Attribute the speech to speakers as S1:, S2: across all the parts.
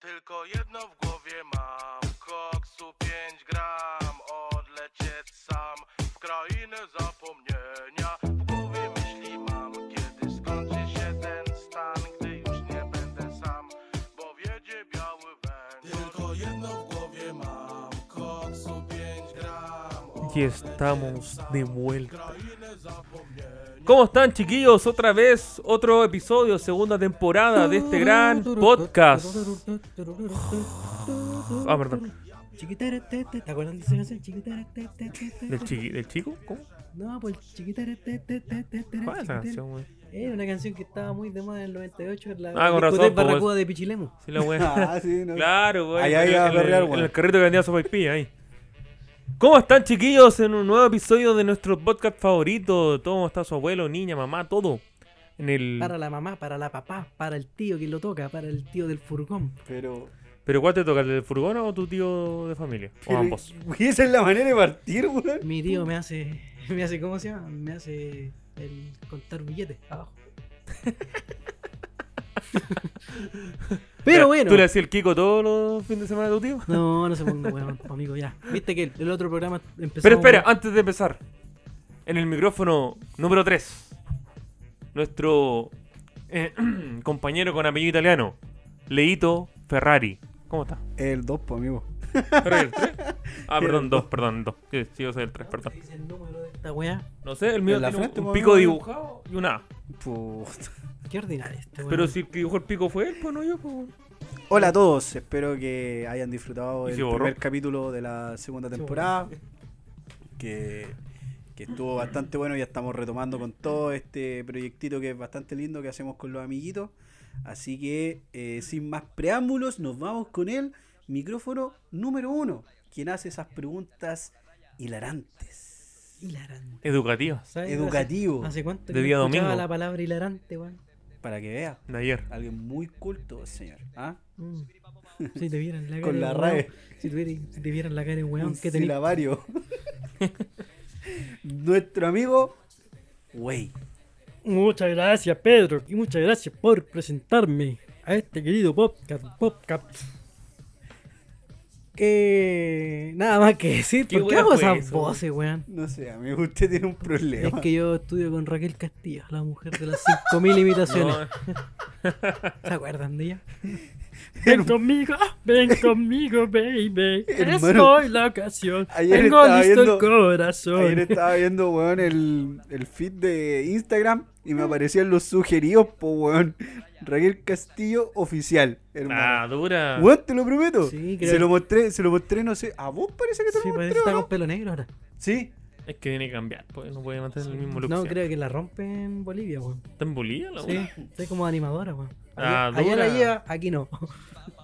S1: Tylko jedno w głowie mam Koksu 5 gram Odlecieć sam W krainę zapomnienia W głowie myśli mam Kiedy skończy się ten stan Gdy już nie będę sam Bo wiedzie biały węgiel Tylko jedno w głowie mam Koksu 5 gram
S2: Y estamos de vuelta.
S1: Krainę zapomnienia
S2: ¿Cómo están chiquillos? Otra vez, otro episodio, segunda temporada de este gran podcast. Ah, perdón.
S3: Chiquitaretete, ¿te acuerdas de esa canción? Chiquitaretete.
S2: ¿Del, chiqui- del chico? ¿Cómo?
S3: No, pues chiquitaretete.
S2: ¿Cuál es esa
S3: chiquitare-
S2: canción, güey?
S3: Era una canción que estaba muy de moda en el 98 en la
S2: Ah, con razón,
S3: discoteca
S2: pues.
S3: Barracuda de Pichilemu.
S2: Sí, la wea.
S4: Ah, sí, no.
S2: Claro, güey.
S4: Allá
S2: en,
S4: iba a
S2: el- en el-
S4: perrear,
S2: en
S4: güey.
S2: el carrito que vendía sopa y pilla ahí. ¿Cómo están, chiquillos? En un nuevo episodio de nuestro podcast favorito. ¿Cómo está su abuelo, niña, mamá, todo? En
S3: Para
S2: el...
S3: la mamá, para la papá, para el tío que lo toca, para el tío del furgón.
S4: Pero.
S2: ¿Pero cuál te toca? ¿El del furgón o tu tío de familia? O
S4: pero,
S2: ambos.
S4: güey, Esa es la manera de partir, weón.
S3: Mi tío me hace, me hace, ¿cómo se llama? Me hace el contar billetes abajo.
S2: Mira,
S3: Pero bueno.
S2: ¿Tú le hacías el Kiko todos los fines de semana a tu tío?
S3: No, no se ponga weón, amigo, ya. Viste que el, el otro programa empezó.
S2: Pero espera, antes de empezar, en el micrófono número 3, nuestro eh, compañero con apellido italiano, Leito Ferrari. ¿Cómo está?
S4: El 2, pues, amigo.
S2: ¿Ferrari el 3? Ah, perdón, 2, perdón, 2. Sí, sí, yo soy el 3, ah, perdón.
S3: Dice el número de esta weá.
S2: No sé, el mío
S4: En la
S2: tiene un-
S4: frente,
S2: un,
S4: pues,
S2: pico
S4: amigo.
S2: dibujado y una A.
S4: Puta.
S3: Qué ordinario este weón.
S2: Pero si el que dibujó el pico fue él, pues no yo, pues.
S4: Hola a todos, espero que hayan disfrutado
S2: Y
S4: el
S2: se borró.
S4: primer capítulo de la segunda temporada. Que, que estuvo bastante bueno, ya estamos retomando con todo este proyectito que es bastante lindo que hacemos con los amiguitos. Así que, eh, sin más preámbulos, nos vamos con el micrófono número uno, quien hace esas preguntas hilarantes.
S3: Hilarante.
S2: Educativas,
S3: ¿Sabes?
S4: Educativo.
S3: Hace, hace cuánto
S2: De
S3: que
S2: día
S3: no escuchaba
S2: domingo.
S3: la palabra hilarante, weón.
S4: Para que vea,
S2: de ayer.
S4: alguien muy culto, señor. ¿Ah?
S3: Mm. Si te vieran la cara.
S4: Con la
S3: de
S4: RAE.
S3: weón, Si, tuviera- si te vieran la cara de
S4: un
S3: weón que tenía.
S4: silabario. Nuestro amigo, wey.
S3: Muchas gracias, Pedro. Y muchas gracias por presentarme a este querido podcast. podcast. Eh, nada más que decir.
S2: ¿Qué
S3: ¿Por qué
S2: weá
S3: hago
S2: fue
S3: esas
S2: eso?
S3: voces, weón?
S4: No sé, amigo, usted tiene un
S3: Es
S4: problema.
S3: que yo estudio con Raquel Castillo, la mujer de las 5000 imitaciones.
S2: No,
S3: ¿Se acuerdan de ella?
S5: Ven conmigo, ven conmigo, baby.
S4: Hermano,
S5: Estoy la ocasión.
S4: ayer
S5: Tengo
S4: estaba
S5: listo
S4: viendo-
S5: el corazón.
S4: Ayer estaba viendo, weón, el, el feed de Instagram y me aparecían los sugeridos, po, weón. Raquel Castillo oficial,
S2: ah,
S4: hermano.
S2: dura.
S4: Weón, te lo prometo.
S3: Sí, creo-
S4: se lo mostré, se lo mostré, no sé. ¿A vos parece que te
S3: Sí,
S4: lo
S3: parece
S4: mostré
S3: que está
S4: o no?
S3: con pelo negro ahora.
S4: Sí.
S2: Es que tiene que cambiar, pues no puede mantener el mismo look.
S3: No,
S2: siempre.
S3: creo que la rompe en Bolivia, weón.
S2: ¿Está en Bolivia la
S3: Sí,
S2: wea?
S3: estoy como animadora, weón.
S2: Ah,
S3: Allá allá la
S2: dura.
S3: lleva, aquí no.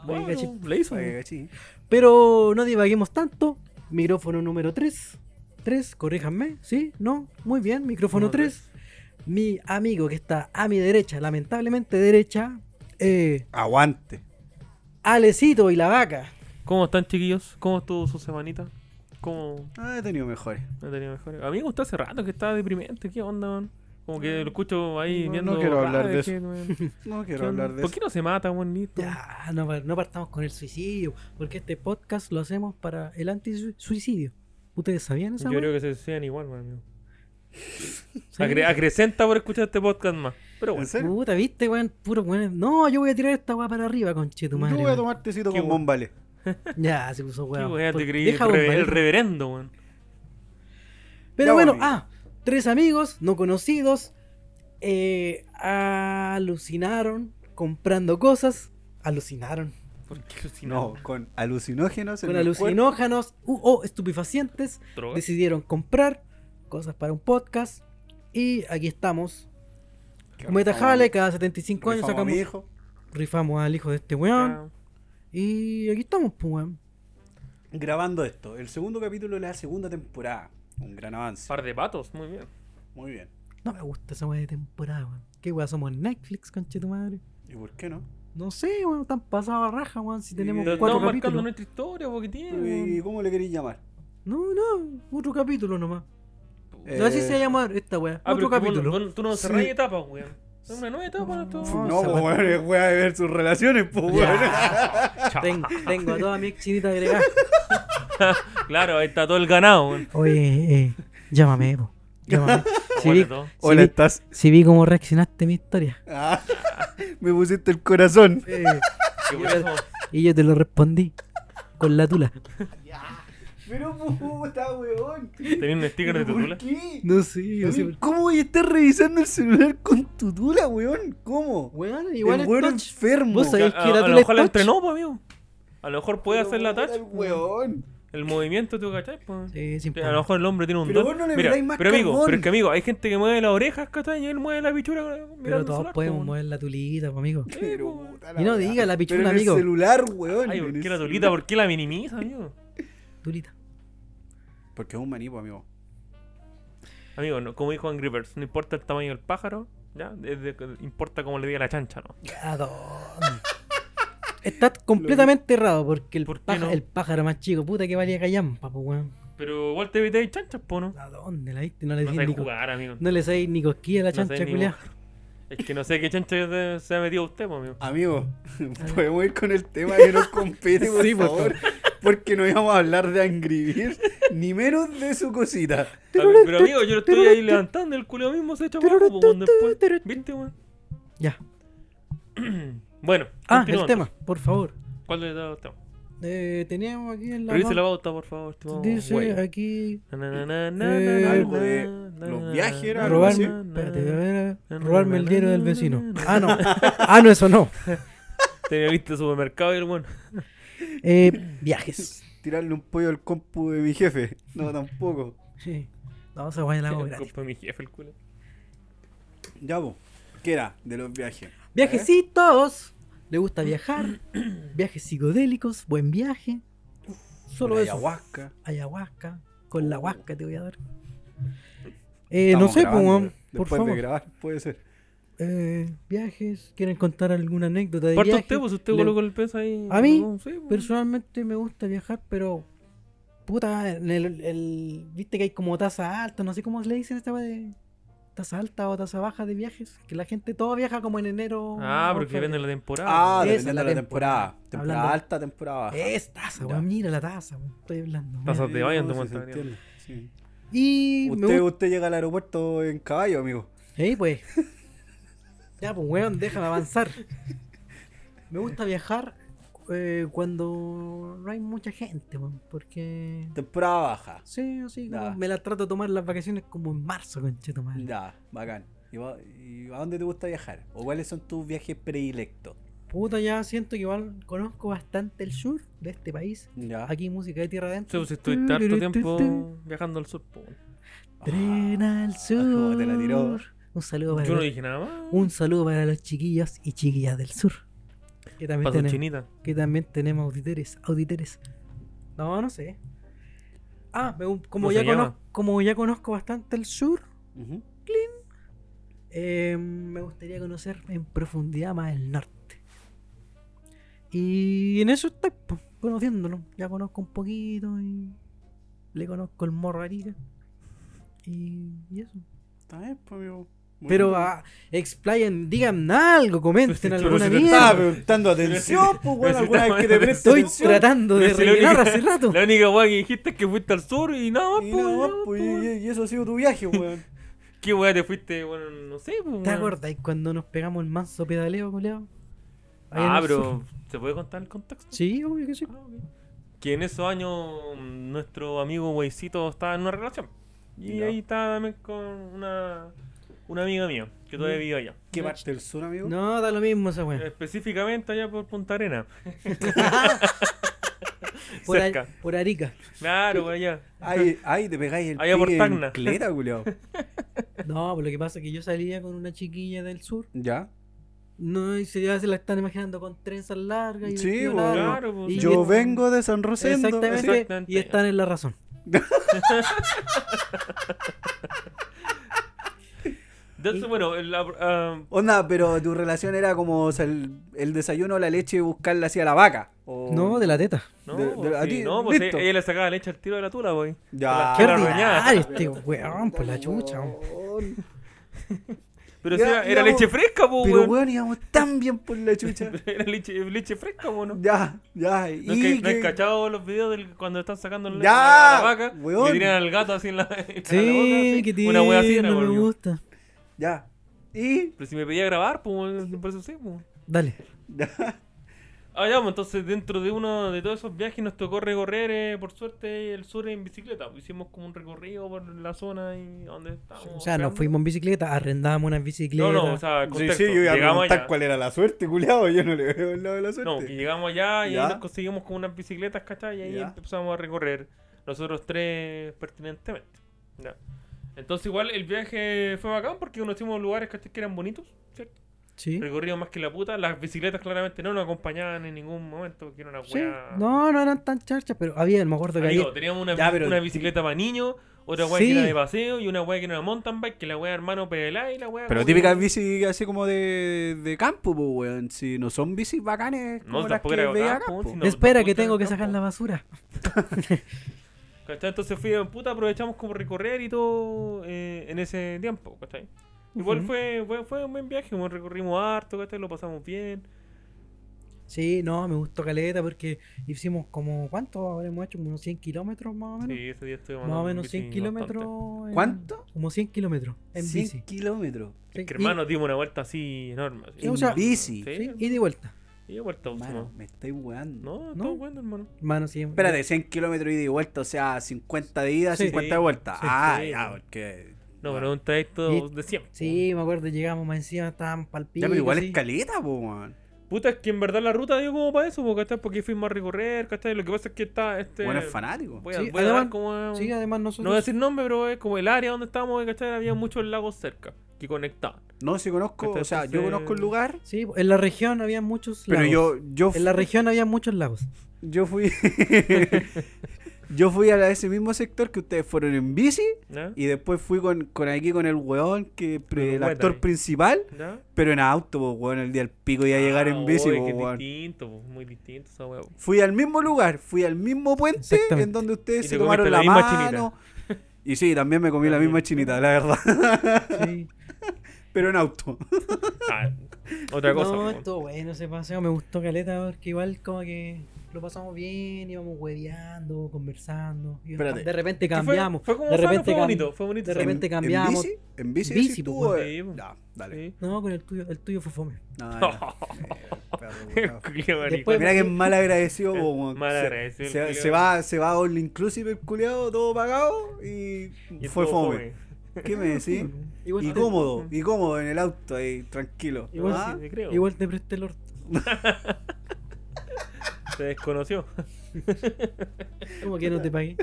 S2: Bueno,
S3: Oiga, chi-
S2: le hizo.
S4: Pa' que cachí.
S3: Pero no divaguemos tanto. Micrófono número 3. 3, corríjanme. ¿Sí? ¿No? Muy bien, micrófono
S2: Uno,
S3: 3. Mi amigo que está a mi derecha, lamentablemente derecha, eh,
S4: Aguante.
S3: Alecito y la vaca.
S2: ¿Cómo están, chiquillos? ¿Cómo estuvo su semanita? ¿Cómo
S4: Ah, he tenido mejores.
S2: me tenía mejor? A mí me gustó hace rato que estaba deprimente. ¿Qué onda, man? Como que lo escucho ahí
S4: No, no
S2: viendo. Ah,
S4: quiero hablar
S2: radio,
S4: de
S2: ¿qué,
S4: eso.
S2: man?
S4: No
S2: ¿Qué
S4: quiero
S2: onda?
S4: hablar de
S2: ¿Por
S4: eso.
S2: qué no se mata, buen listo?
S3: Ya, no, par- no partamos con el suicidio, porque este podcast lo hacemos para el anti-suicidio. ¿Ustedes sabían esa
S2: Yo
S3: weá?
S2: creo que se sean igual, man, amigo.
S3: ¿Sí?
S2: Acre- acrecenta por escuchar este podcast más. Pero
S4: ¿En
S2: bueno,
S4: serio?
S3: Puta, viste, weón, puro weón. No, yo voy a tirar esta weá para arriba, conche tu
S4: Yo
S3: madre.
S4: voy a
S3: weón.
S4: tomar tecito
S2: Qué
S4: con
S2: bueno.
S4: bombales.
S3: Ya, se puso
S2: qué
S3: weón.
S2: wea te
S3: Por-
S2: creí.
S3: deja
S2: el, re-
S3: bombardear.
S2: el reverendo, weón.
S3: Pero
S4: Ya,
S3: bueno,
S4: amigo.
S3: ah, tres amigos no conocidos eh, alucinaron comprando cosas. Alucinaron.
S2: ¿Por qué alucinado?
S4: No, con alucinógenos. en
S3: Con
S4: el cuerpo.
S3: alucinógenos u- o estupefacientes
S2: Droga.
S3: decidieron comprar cosas para un podcast. Y aquí estamos.
S4: Que
S3: Meta
S4: rifamos-
S3: Jale, cada 75 años
S4: rifamos a
S3: sacamos,
S4: mi hijo.
S3: rifamos al hijo de este weón.
S2: Ah,
S3: Y aquí estamos, pues, weón.
S4: Grabando esto, el segundo capítulo de la segunda temporada. Un gran avance.
S2: par de patos, muy bien.
S4: Muy bien.
S3: No me gusta esa weá de temporada, weón. ¿Qué weá somos Netflix, conche tu madre?
S4: ¿Y por qué no?
S3: No sé, weón, están pasados a raja, weón, si tenemos
S4: Pero
S3: cuatro
S2: Estamos marcando
S3: capítulos.
S2: nuestra historia, porque tiene.
S4: ¿Y
S2: weón.
S4: cómo le queréis llamar?
S3: No, no, otro capítulo nomás.
S4: Eh,
S3: No, así se va a llamar esta weá.
S2: Ah, pero
S3: otro
S2: que vos no-
S3: capítulo.
S2: vos no- tú no
S4: Sí.
S2: cerrás etapas, weón. Es una nueva etapa, ¿no? Todo-
S4: No, pues, weón, es weá de ver sus relaciones, pues, weón.
S2: Chao.
S3: Ten- tengo a toda mi ex chinita agregada.
S2: Claro, ahí está todo el ganado. weón.
S3: Oye, eh, eh, llámame, po. Llámame. Si
S2: Bueno,
S3: vi,
S2: todo.
S3: si
S4: Hola,
S3: vi-
S4: estás.
S3: si vi cómo reaccionaste a mi historia.
S4: Ah, me pusiste el corazón.
S2: Que por eso-
S3: Y yo te lo respondí. Con la tula.
S4: Pero puta, weón.
S2: Tenía un sticker de tu tula.
S4: qué?
S3: No sé, yo
S4: Amigo, ¿Cómo voy a estar revisando el celular con tu tula, weón? ¿Cómo?
S3: Weón,
S4: el
S3: igual
S4: weón
S3: es touch.
S4: enfermo.
S3: Vos
S2: A,
S3: sabés que
S2: a-
S3: la
S2: a lo
S3: tula es
S2: mejor la
S3: touch.
S2: entrenó, pues, amigo. A lo mejor puede
S4: Pero,
S2: hacer la
S4: puta,
S2: touch.
S4: Weón.
S2: El movimiento, tú cachai, pues.
S3: Sí, sin
S2: Que A lo mejor el hombre tiene un
S4: Pero
S2: don.
S4: vos no le
S2: Mira,
S4: metáis más
S2: pero amigo,
S4: carbón.
S2: pero es que amigo, hay gente que mueve las orejas, ¿cachai? Y él mueve la pichura eh, mirando
S3: Pero
S2: el
S3: todos
S2: celular,
S3: podemos
S2: pues,
S3: mover la tulita, po, amigo.
S4: Pero,
S2: weón.
S4: puta,
S3: Y no
S4: weá.
S3: diga la pichula,
S4: Pero en
S3: amigo.
S4: El celular, weón.
S2: Ay, ¿por
S4: en el
S2: qué la tulita?
S4: celular.
S2: ¿Por qué la minimiza, amigo?
S3: Tulita.
S4: Porque es un manipo, amigo.
S2: Amigo, no, como dijo Angry Birds, no importa el tamaño del pájaro, ¿ya? Es de- importa cómo le diga la chancha, ¿no?
S3: ¿A dónde? Estás completamente errado porque el,
S2: ¿Por qué
S3: paja-
S2: no?
S3: el pájaro más chico, puta que valía callampa, po, weón.
S2: Pero igual te evitáis chanchas, po, ¿no?
S3: ¿A dónde la viste? No le
S2: No
S3: decís
S2: sabes
S3: ni co-
S2: jugar, amigo.
S3: No le sabéis ni cosquilla a la
S2: No
S3: chancha,
S2: sabéis ni
S3: culiá.
S2: Es que no sé qué chancha se- se ha metido usted, po, amigo.
S4: Amigo, podemos ir con el tema que nos compete, por
S3: Sí, por
S4: favor. Porque no íbamos a hablar de Angry Birds, ni menos de su cosita.
S2: Pero, pero amigo, yo lo estoy ahí levantando, el culo mismo se echa abajo, po, weón, después. ¿Viste, weón?
S3: Ya.
S2: Bueno,
S3: Ah, el
S2: continuando.
S3: tema, por favor.
S2: ¿Cuál es el tema?
S3: Eh, teníamos aquí en la.
S2: Revise la
S3: pauta-
S2: pauta, por favor, estimado
S3: Dice
S2: güey.
S3: aquí.
S2: Na, na, na, na, na, na,
S4: Algo de
S2: na,
S4: los
S2: na,
S4: viajes,
S2: na,
S4: era
S2: na,
S4: algo así.
S3: robarme.
S2: na, na,
S3: espérate, a
S2: na.
S3: ver,
S2: na,
S3: robarme el
S2: na,
S3: dinero
S2: na,
S3: del
S2: na,
S3: vecino.
S2: na, na.
S3: Ah, no. Ah, no, eso no.
S2: Tenía visto el supermercado y el bueno.
S3: Eh, viajes.
S4: Tirarle un pollo al compu de mi jefe. No, tampoco.
S3: Sí. No, esa guay la hago gratis.
S2: Compa, mi jefe, el culo.
S4: Ya, vos. ¿Qué era? De los viajes.
S3: Viajecitos. Le gusta viajar. viajes psicodélicos. Buen viaje. Solo
S4: Una
S3: eso.
S4: Ayahuasca.
S3: Ayahuasca. Con la huasca te voy a dar. Eh, no
S4: Oh. Estamos
S3: sé,
S4: grabando,
S3: pues, por
S4: Después
S3: favor.
S4: de grabar, puede ser.
S3: Eh, viajes. ¿Quieren contar alguna anécdota de
S2: Parte
S3: viaje?
S2: usted, pues usted
S3: Le-
S2: colocó el peso ahí.
S3: ¿A mí?
S2: No sé, pues.
S3: Personalmente me gusta viajar, pero. Puta, en el, el- viste que hay como tasa alta, no sé cómo le dicen esta weá de. Tasa alta o tasa baja de viajes. Que la gente todo viaja como en enero.
S2: Ah,
S3: o
S2: porque
S3: febrero.
S2: depende de la temporada.
S3: esa
S4: Ah, dependiendo
S3: es
S4: de
S3: la
S4: la temporada.
S3: temporada.
S4: Temporada
S3: Hablando- Eh,
S4: alta, temporada baja.
S3: Es tasa,
S4: Ya.
S3: weón, mira la tasa, weón, estoy hablando.
S2: Tasa.
S3: mira.
S2: de baño, te
S4: sí,
S2: cuenta,
S4: se
S2: Daniel.
S4: entiende, sí.
S3: Y me
S4: Usted,
S3: gusta.
S4: usted llega al aeropuerto en caballo, amigo.
S3: Ey, pues. ya, pues, weón, déjame avanzar. Me gusta viajar eh, cuando no hay mucha gente, weón, porque.
S4: Temporada baja.
S3: Sí, así como
S4: Ya.
S3: me la trato de tomar las vacaciones como en marzo, concheto madre.
S4: Ya, bacán. ¿Y, va- y a dónde te gusta viajar? ¿O cuáles son tus viajes predilectos?
S3: Puta, ya siento que igual conozco bastante el sur de este país.
S4: Ya.
S3: Aquí música de tierra
S2: Sí,
S3: adentro.
S2: pues estuviste harto tiempo viajando al sur, pues. po.
S3: Tren
S4: Ah,
S3: al
S4: cómo te la tiró.
S3: sur. Un saludo para
S2: Yo no
S3: los-
S2: dije nada más.
S3: un saludo para los chiquillos y chiquillas del sur. Que también,
S2: Pasó
S3: tenemos,
S2: chinita.
S3: que también tenemos auditores, auditores. No, no sé. Ah, me- como,
S2: ¿Cómo
S3: ya
S2: se llama?
S3: conozco, como ya conozco bastante el sur,
S4: Ujú.
S3: Eh, me gustaría conocer en profundidad más el norte. Y en eso estoy po, conociéndolo. Ya conozco un poquito y le conozco el morro a Arica. Y, y eso.
S4: Está bien, pues, amigo. Muy
S3: Pero
S4: bien.
S3: ah, explayen, díganme algo, comenten
S2: Pues, Pero si-
S3: alguna
S2: pero si te
S3: mierda.
S4: Estaba preguntando atención, pues, bueno,
S2: si
S4: alguna
S2: te-
S4: vez que te
S2: pero
S4: preste
S3: Estoy
S4: atención.
S3: tratando de
S2: Pero si la
S3: rellenar
S2: única-
S3: hace rato.
S2: La única weá que dijiste es que fuiste al sur y nada más,
S4: Y,
S2: po,
S4: nada más,
S2: nada más,
S4: pues,
S2: po.
S4: y- y eso ha sido tu viaje, weón.
S2: ¿Qué weá te fuiste? Bueno, no sé, po,
S3: ¿Te
S2: weón.
S3: acordáis cuando nos pegamos el manso pedaleo, culeado?
S2: Ah, pero ¿se puede contar el contexto?
S3: Sí, obvio que sí.
S2: Ah, ok. Que en esos años mm, nuestro amigo Weisito estaba en una relación. Y
S4: Ya.
S2: ahí estaba también con una, una amiga mía, que todavía vive allá.
S4: ¿Qué parte del sur, amigo?
S3: No, da lo mismo esa
S2: Eh,
S3: weá.
S2: Específicamente allá por Punta Arena.
S3: Por, Ar-
S2: cerca.
S3: por Arica.
S2: Claro, por allá.
S4: Ay, ay, te pegáis el
S2: Allá por
S4: pique
S2: Tacna.
S4: en cleta, culiao.
S3: No, pues lo que pasa es que yo salía con una chiquilla del sur.
S4: Ya.
S3: No, y se, ya se la están imaginando con trenzas largas y
S4: Sí,
S3: vestido
S4: bo,
S3: largo,
S2: claro, bo, sí.
S3: y
S4: Yo
S3: que-
S4: vengo de San Rosendo.
S3: Exactamente,
S4: así.
S2: Exactamente.
S3: Y están en la razón.
S2: Entonces, bueno, el- la- ah,
S4: Onda, pero tu relación era como o sea, el, el desayuno, la leche y buscarla así a la vaca. O...
S3: No, de la teta.
S2: no,
S4: De- de- a
S2: sí,
S4: ti,
S2: no, pues
S4: listo.
S2: ella, ella le sacaba leche al tiro de la tula, wey.
S4: Ya.
S3: Qué
S2: Ah, la
S3: ordinario
S2: roñada.
S3: pues
S4: Oh,
S3: este weón, por la chucha. weón.
S4: Weón.
S2: Pero
S4: Ya,
S2: sea, era
S4: íbamos-
S2: leche fresca, po,
S4: Pero
S2: Oh, weón.
S4: weón, íbamos tan bien por la chucha.
S2: Era leche, leche fresca, po, ¿no?
S4: Ya, ya. Y
S2: ¿No, es que, ¿No has
S4: que-
S2: cachado los videos del, cuando están sacando la,
S4: Ya,
S2: la- la vaca?
S4: weón.
S2: Que tiran al gato así en la, en la boca,
S3: Sí,
S2: así.
S3: que
S2: Una wea así era,
S3: no me
S2: weón.
S3: gusta.
S4: Ya. Y.
S2: Pero si me pedía grabar, pues, weón, por eso sí, pues.
S3: Dale.
S4: Ya.
S2: Ah, ya, pues, entonces dentro de uno de todos esos viajes nos tocó recorrer, eh, por suerte, el sur en bicicleta. pues, hicimos como un recorrido por la zona y donde estábamos.
S3: O sea, nos
S2: quedando.
S3: fuimos en bicicleta, arrendábamos unas bicicletas.
S2: Oh, No, no, o sea,
S4: Sí,
S2: contexto.
S4: sí, yo iba a
S2: llegamos
S4: preguntar
S2: allá.
S4: cuál era la suerte, culiado. Yo no le veo el lado de la suerte.
S2: No, que llegamos allá y
S4: Ya.
S2: ahí nos conseguimos con unas bicicletas, ¿cachai? Y ahí
S4: Ya.
S2: empezamos a recorrer nosotros tres pertinentemente. Ya. Entonces igual el viaje fue bacán porque conocimos lugares, ¿cachai? Que eran bonitos, ¿cierto?
S3: Sí.
S2: Recorrido más que la puta. Las bicicletas claramente no nos acompañaban en ningún momento, que era una
S3: Sí.
S2: weá.
S3: No, no eran tan charchas, pero había, me acuerdo que
S2: Amigo,
S3: había.
S2: teníamos una,
S4: Ya, pero-
S2: una bicicleta para niños, otra weá
S3: Sí.
S2: que era de paseo y una weá que era una mountain bike, que la weá hermano pedalá y la weá...
S4: Pero
S2: como
S4: típica
S2: que-
S4: bici así como de, de campo, po, weón. Si no son bicis bacanes
S2: No,
S4: como las que
S2: tampoco era
S4: veía acá,
S2: campo,
S4: po.
S2: si no-
S3: Espera,
S2: nos
S3: que
S2: gusta
S3: tengo
S2: el
S3: que
S2: campo.
S3: sacar la basura.
S2: ¿Cachai? Entonces fui puta, aprovechamos como recorrer y todo eh, en ese tiempo, ¿cachai? Igual
S3: Ujú.
S2: fue, fue, fue un buen viaje, como recorrimos harto, ¿cachai? Lo pasamos bien.
S3: Sí, no, me gustó caleta porque hicimos como, ¿cuánto habremos hecho? Como unos 100 kilómetros más o menos.
S2: Sí, ese día estuve
S3: más
S2: mandando
S3: o menos
S2: bici
S3: 100 kilómetros.
S2: bastante.
S3: en-
S4: ¿Cuánto?
S3: Como 100 kilómetros en
S4: 100
S3: bici.
S4: kilómetros.
S3: Sí,
S2: Que
S3: y-
S2: hermano, dimos una vuelta así enorme. así.
S3: Sí, o sea-
S4: en bici.
S2: Sí.
S3: sí, y de vuelta.
S2: Y vuelta
S4: Mano,
S2: última.
S4: me estáis weando.
S2: No,
S3: No.
S2: todo bueno, hermano.
S3: Mano, sí.
S4: Espérate, 100 kilómetros ida y vuelta, o sea, 50 de ida,
S3: Sí.
S4: 50 de vuelta.
S2: Sí,
S4: ah,
S2: sí.
S4: ya, porque.
S2: No,
S4: ya.
S2: pero un trayecto de siempre.
S3: Ah. Sí, me acuerdo, llegamos más encima, estaban palpitos.
S4: Ya, pero igual es caleta, po, weón.
S2: Puta, es que en verdad la ruta dio como para eso, po, ¿cachai? Porque fuimos a recorrer, ¿cachai? Lo que pasa es que está este.
S4: Bueno, es fanático.
S2: Voy a,
S3: Sí,
S2: voy a
S3: además-
S2: dar como. a un-
S3: Sí, además nosotros.
S2: No voy a decir nombre, pero es como el área donde estábamos, ¿cachai? Había muchos lagos cerca que conectaban.
S4: No, si conozco,
S2: Este,
S4: o sea, yo
S2: entonces-
S4: conozco el lugar,
S3: Sí, en la región había muchos
S4: pero
S3: lagos.
S4: yo, yo,
S3: En la región había muchos lagos.
S4: yo fui. yo fui a la- ese mismo sector que ustedes fueron en bici
S2: ¿Ya?
S4: y después fui con, con aquí con el weón, que pre-
S2: Con el
S4: el
S2: weón
S4: actor
S2: ahí.
S4: principal,
S2: ¿Ya?
S4: pero en auto, po, weón, el día del pico y a llegar en
S2: Ah,
S4: bici,
S2: oye,
S4: po,
S2: que es
S4: weón.
S2: distinto, po, muy distinto esa weá. po.
S4: Fui al mismo lugar, fui al mismo puente
S3: Exactamente.
S4: en donde ustedes
S2: Y
S4: se
S2: te comiste
S4: tomaron la,
S2: la misma
S4: mano. Y sí, también me comí la misma chinita, la verdad.
S3: Sí.
S4: Pero en auto.
S2: Ah, otra cosa. po,
S3: no,
S2: weón.
S3: estuvo bueno ese paseo, me gustó caleta, porque igual como que lo pasamos bien, íbamos hueveando, conversando. y
S4: Espérate.
S3: De repente
S2: Que fue-
S3: cambiamos.
S2: Fue, como
S3: de
S2: sano,
S3: repente
S2: fue
S3: cam-
S2: bonito, fue bonito.
S3: de
S2: sí.
S3: repente cambiamos.
S4: ¿En bici? ¿En bici?
S3: Bici, pues,
S4: sí,
S3: po,
S4: estuvo,
S2: weón.
S4: eh,
S2: Sí, po.
S4: ya, dale.
S2: Sí.
S3: No, con el tuyo, el tuyo fue fome.
S4: No, ya. Eh, perro, culiao.
S2: Culiao, marico.
S3: Después-
S4: Mira que es mal agradecido, po, weón.
S2: Mal
S4: Se-
S2: agradecido el
S4: Se,
S2: culiao.
S4: se va, se va all inclusive el culiado, todo pagado y,
S2: Y
S4: fue
S2: estuvo
S4: fome. ¿Qué me decís?
S3: Igual,
S4: Y
S3: te,
S4: cómodo, y cómodo en el auto ahí, tranquilo.
S3: Igual
S4: Ah,
S2: Sí, te creo.
S3: igual te presté el orto.
S2: Se desconoció.
S3: Como que no te pagué.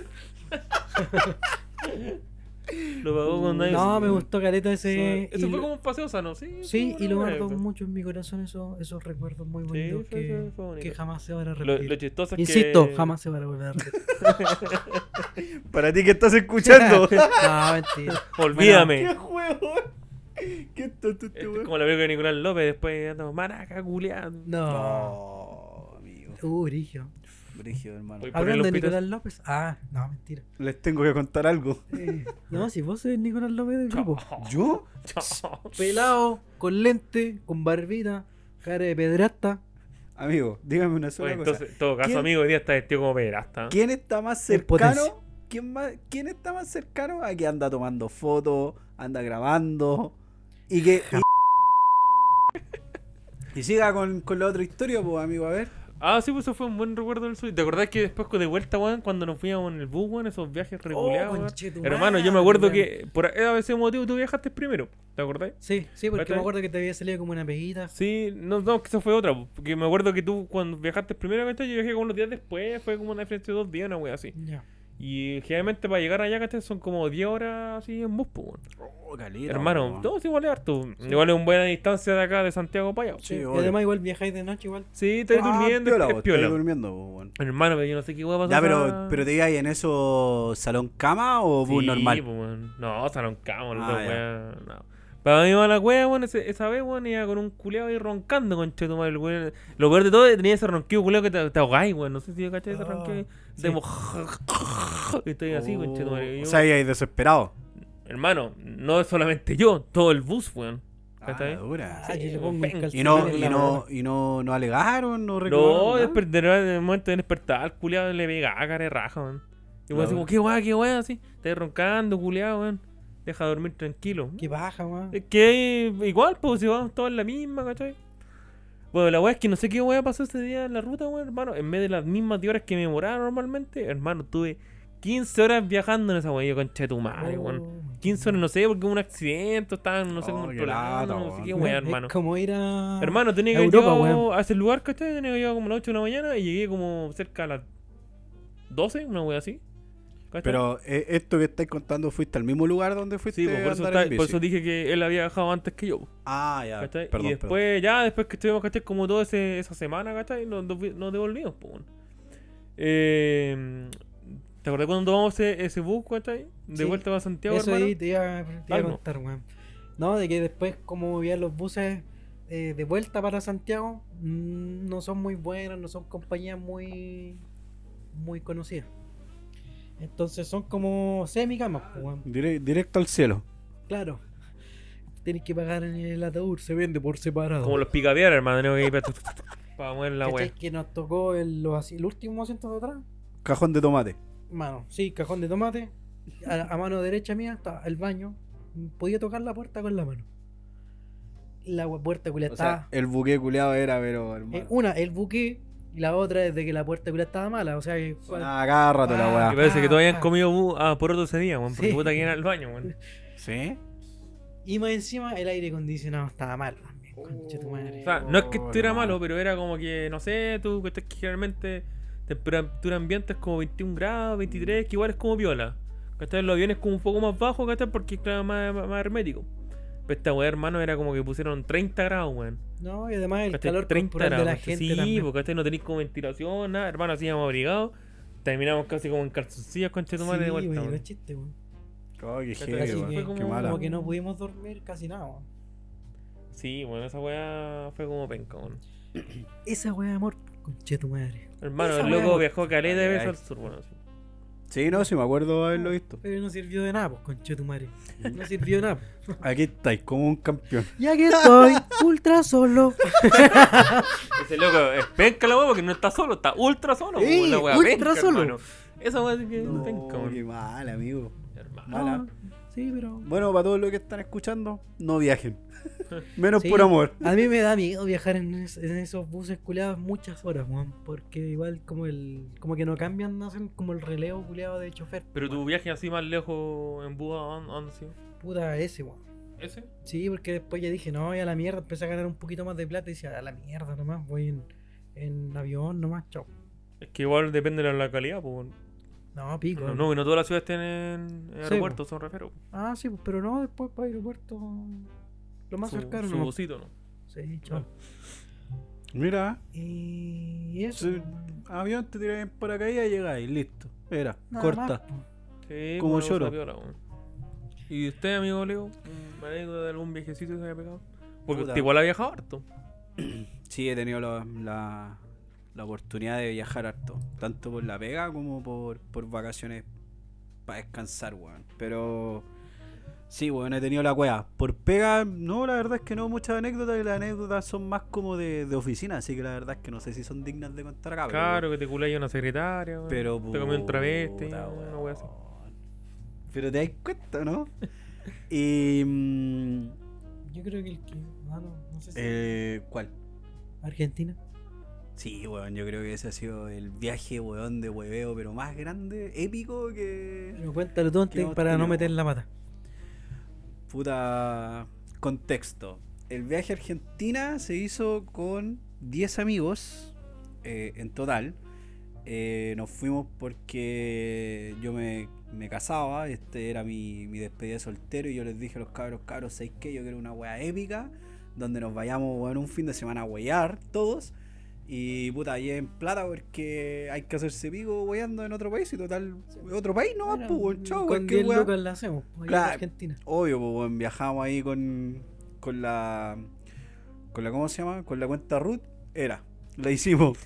S2: Lo pagó con nadie.
S3: No, me gustó caleta ese.
S2: Eso
S3: y
S2: fue
S3: lo-
S2: como un paseo sano, sí.
S3: Sí,
S2: fue
S3: y lo
S2: una
S3: guardo
S2: buena
S3: mucho en mi corazón esos, esos recuerdos muy
S2: Sí,
S3: bonitos
S2: fue-
S3: que,
S2: fue- fue bonito.
S3: que jamás se van a
S2: anécdota. Lo,
S3: repetir.
S2: lo chistoso es
S3: Insisto,
S2: que.
S3: jamás se van a volver a repetir.
S4: Para ti que estás escuchando.
S3: no, mentira.
S2: Olvídame.
S4: ¡Qué juego! ¡Qué tonto este
S2: Este es
S4: weón!
S2: como la película de Nicolás López, después andamos maraca, culiado.
S3: No.
S4: No, amigo.
S3: Uh, Brigio.
S4: Brígido, hermano.
S2: Voy por
S3: Hablando
S2: los
S3: de
S2: pitos.
S3: Nicolás López. Ah, no, mentira.
S4: Les tengo que contar algo.
S3: Eh, no, si vos eres Nicolás López del grupo.
S4: ¿Yo?
S3: Pelado, con lente, con barbita, cara de pedrasta.
S4: Amigo, dígame una sola
S2: Oye,
S4: cosa.
S2: entonces, ¿ah? en todo caso,
S4: ¿Quién-
S2: amigo, hoy día está vestido como pederasta.
S4: ¿Quién está más
S3: En potencia.
S4: cercano? ¿Quién, más, ¿Quién está más cercano a que anda tomando fotos, anda grabando y que. Y, y siga con, con la otra historia, pues, amigo, a ver.
S2: Ah, sí, pues eso fue un buen recuerdo del sur. ¿Te acordás que después de vuelta, weón, cuando nos fuimos en el bus, weón, esos viajes
S3: Oh,
S2: regulados,
S3: conchetumare,
S2: Hermano, yo me acuerdo
S3: weón.
S2: que por a ese motivo tú viajaste primero, ¿te acordás?
S3: Sí, sí, porque
S2: ¿Cachai?
S3: me acuerdo que te había salido como una peguita.
S2: Sí, no, no, que eso fue otra, porque me acuerdo que tú cuando viajaste primero, ¿cachai? Yo viajé como unos días después, fue como una diferencia de dos días, una wea así.
S3: Ya.
S2: Y generalmente para llegar allá, ¿cachai? Son como 10 horas así en bus, pues, weón.
S4: Oh,
S2: Hermano,
S4: ¿tú?
S2: todos igual es harto. Igual es una buena distancia de acá de Santiago para allá.
S4: Sí,
S3: y
S4: obvio.
S3: además igual viajáis de noche igual.
S2: Sí, estoy
S4: Ah,
S2: durmiendo,
S4: piola,
S2: es
S4: vos,
S2: piola.
S4: estoy durmiendo, pues, bueno.
S2: Hermano, pero yo no sé qué hueá pasó.
S4: Ya,
S2: esa-
S4: pero, pero te diga, ¿y en eso salón cama o bus
S2: Sí,
S4: normal?
S2: po, weón. No, salón cama, los
S4: Ah,
S2: dos,
S4: ya.
S2: weón. No. Para mí va la wea, weón, ese- esa vez, weón, iba con un culeado ahí roncando, conche tu madre, el weón. Lo peor de todo es que tenía ese ronquido culeado que te, te ahogáis, weón. No sé si caché ese
S3: Ah,
S2: ronquido. De
S3: sí.
S2: mo- y estoy así, conche tu madre.
S4: Oh,
S2: Y
S4: O
S2: yo,
S4: sea, ahí hay desesperado.
S2: Hermano, no es solamente yo, todo el bus, weón. ¿Cachai?
S4: Ah, la dura.
S3: Ah, yo le pongo un
S2: pen.
S3: calcetín
S4: Y no,
S3: en
S4: y
S3: la
S4: no, y no, no alegaron, no
S2: No,
S4: reclamaron. nada?
S2: despertar en el momento de despertar, el culiado le pegaba cara de raja, weón. Y weón así
S4: Claro.
S2: como, qué weá, qué weá, así. Estás roncando, culiado, weón. Deja dormir tranquilo.
S3: Qué baja, weón.
S2: Es que igual, pues si vamos todos en la misma, ¿cachai? Bueno, la weá es que no sé qué weá pasó ese día en la ruta, weón, hermano. En vez de las mismas 10 horas que me demoraba normalmente, hermano, tuve 15 horas viajando en esa weá. Yo, concha de tu madre, weón.
S3: Oh.
S2: 15 horas, no sé, porque hubo un accidente, estaban, no sé,
S4: Oh,
S2: cómo
S4: qué
S2: controlando,
S4: lata,
S2: no sé
S4: weón.
S2: qué
S4: Weón,
S2: weá,
S3: Es
S2: hermano.
S3: como ir a.
S2: Hermano, tenía que
S3: Europa,
S2: haber llegado
S3: weón.
S2: a ese lugar, ¿cachai? Tenía que llegar como a las 8 de la mañana y llegué como cerca a las 12, una wea así. ¿cachai?
S4: Pero eh, esto que estáis contando, ¿fuiste al mismo lugar donde fuiste
S2: sí, pues, por, eso
S4: a andar
S2: está-
S4: en bici?
S2: por eso dije que él había viajado antes que yo.
S4: Ah, ya,
S2: ¿cachai?
S4: perdón,
S2: y después,
S4: perdón.
S2: ya, después que estuvimos, ¿cachai? Como toda ese- esa semana, ¿cachai? Nos, nos vi- nos devolvimos, pues. weón. Eh, ¿Te acordás cuando tomamos ese, ese bus, ¿cachai? De
S3: Sí.
S2: vuelta a Santiago,
S3: Eso
S2: hermano.
S3: ahí te iba, te iba a
S2: Algo.
S3: contar, weón. No, de que después, como movían los buses eh, de vuelta para Santiago, mm, no son muy buenos, no son compañías muy, muy conocidas. Entonces son como semicamas, pues, weón.
S4: Dire- directo al cielo.
S3: Claro. Tienes que pagar en el ataúd, se vende por separado.
S2: Como los picapiedras, hermano. Tenemos que ir para, para mover la
S3: ¿Cachai?
S2: wea.
S3: que nos tocó el, los asi- el último asiento de atrás.
S4: Cajón de tomate.
S3: Mano, sí, cajón de tomate. A, a mano derecha mía estaba el baño. Podía tocar la puerta con la mano. La gu- puerta culia
S4: O sea,
S3: estaba.
S4: el buque culeado era, pero hermano.
S3: eh, una, el buque. Y la otra es de que la puerta culia estaba mala. O sea que.
S4: Sonaba cada rato la
S2: Que
S4: weá.
S2: parece que
S3: Ah,
S2: todavía han
S3: ah.
S2: comido bu- ah, por otro ese día, weón. Porque
S3: Sí.
S2: puta que iban al baño, weón.
S4: ¿Sí?
S3: Y más encima el aire acondicionado estaba mal. también, concha tu madre.
S2: O sea, no es que
S4: Oh,
S2: estuviera
S4: no.
S2: malo, pero era como que, no sé, tú que estás que generalmente temperatura ambiente es como 21 grados, 23, que igual es como viola. ¿Cachai? Los aviones como un poco más bajo, ¿cachai? Porque es claro, más, más, más hermético. Pero esta weá, hermano, era como que pusieron 30 grados, weón.
S3: No, y además el
S2: ¿Cachai?
S3: calor
S2: 30
S3: corporal de la
S2: ¿cachai?
S3: gente.
S2: Sí, pues,
S3: también.
S2: porque ¿cachai? no tenéis como ventilación, nada, hermano, así íbamos abrigados. Terminamos casi como en calzoncillas, concha de tu madre de
S3: Sí,
S2: vuelta.
S3: güey, no
S2: weón.
S3: es chiste, güey.
S4: Oh, qué
S2: Casi
S4: heavy,
S3: que
S4: weón.
S2: fue
S4: Qué
S2: como-
S4: mala.
S3: Como que no pudimos dormir casi nada, güey.
S2: Sí, bueno, esa weá fue como penca, weón.
S3: Esa weá de amor, concha tu madre.
S2: Hermano,
S3: Esa
S2: el
S3: weá,
S2: loco
S3: weón.
S2: viajó caleta de
S4: Ay,
S2: veces
S4: ay.
S2: al sur, bueno, sí.
S4: Sí, no, sí me acuerdo haberlo visto.
S3: Pero no sirvió de nada, pues, concha tu madre. No sirvió de nada.
S4: Aquí estáis como un campeón.
S3: Y aquí estoy, ultra solo.
S2: Ese loco es penca la weá porque no está solo, está ultra solo.
S3: Sí,
S2: weón, la weá
S3: ultra
S2: penca,
S3: solo.
S2: hermano. Esa weá sí que es
S4: No,
S2: penca, weón.
S4: qué mal, amigo.
S2: Hermano.
S4: Mala.
S3: No, sí, pero.
S4: Bueno, para todos los que están escuchando, no viajen. Menos
S3: Sí.
S4: por amor.
S3: A mí me da miedo viajar en, es- en esos buses culeados muchas horas, weón. Porque igual como el. como que no cambian, hacen como el relevo culeado de chofer.
S2: Pero tu viaje así más lejos en Buda, ¿dónde dónde ha sido?
S3: Puta ese, weón.
S2: ¿Ese?
S3: Sí, porque después ya dije, no, ya la mierda, empecé a ganar un poquito más de plata y decía, a la mierda nomás, voy en, en avión nomás, chao.
S2: Es que igual depende de la calidad, pues. weón.
S3: No, pico.
S2: No, no, que no todas las ciudades tienen eh,
S3: Sí,
S2: aeropuertos, son refiero.
S3: Ah, sí, pues, pero no, después para aeropuerto. Lo más
S2: Su-
S3: cercano,
S2: Su
S3: nomás.
S2: busito, ¿no?
S3: Sí, chao.
S4: Mira,
S3: Y eso.
S4: Sí, avión te tiras en paracaídas y llegáis, listo. Era,
S3: nada
S4: corta.
S3: más, po.
S2: Sí,
S4: Como
S2: una cosa
S4: lloro.
S2: piola, weón. ¿Y usted, amigo Leo? ¿Me anécdota de algún viajecito que se haya pegado? Porque
S4: Puta.
S2: usted igual ha viajado harto.
S4: Sí, he tenido la, la- la oportunidad de viajar harto, tanto por la pega como por, por vacaciones para descansar, weón. Pero sí, weón, he tenido la cueva. Por pega, no, la verdad es que no muchas anécdotas y las anécdotas son más como de, de oficina, así que la verdad es que no sé si son dignas de contar acá. pero-
S2: Claro, que te culáis a una secretaria, weón.
S4: pero.
S2: Te comió un travesti,
S4: puta,
S2: una wea así.
S4: weón. Pero te das cuenta, ¿no? y. mm,
S3: Yo creo que el que. Ah, no, no sé si.
S4: eh, ¿Cuál?
S3: Argentina.
S4: Sí, weón, yo creo que ese ha sido el viaje, weón, de hueveo, pero más grande, épico que.
S3: Pero cuéntalo tú antes
S4: hemos
S3: para no
S4: tenido,
S3: meter
S4: weón?
S3: la pata.
S4: Puta. Contexto. El viaje a Argentina se hizo con 10 amigos eh, en total. Eh, nos fuimos porque yo me, me casaba, este era mi, mi despedida de soltero y yo les dije a los cabros, cabros, ¿sabéis qué? Yo quiero una wea épica donde nos vayamos weón, un fin de semana a huear todos y puta, lleven plata porque hay que hacerse pico hueando en otro país y total, otro país no más, pues, weón, chao,
S3: con
S4: weón, qué
S3: 10
S4: wea.
S3: lucas la hacemos. po, ahí en
S4: Claro.
S3: Argentina.
S4: Obvio, pues weón, viajamos ahí con, con la. con la ¿cómo se llama? Con la cuenta root, era. La hicimos.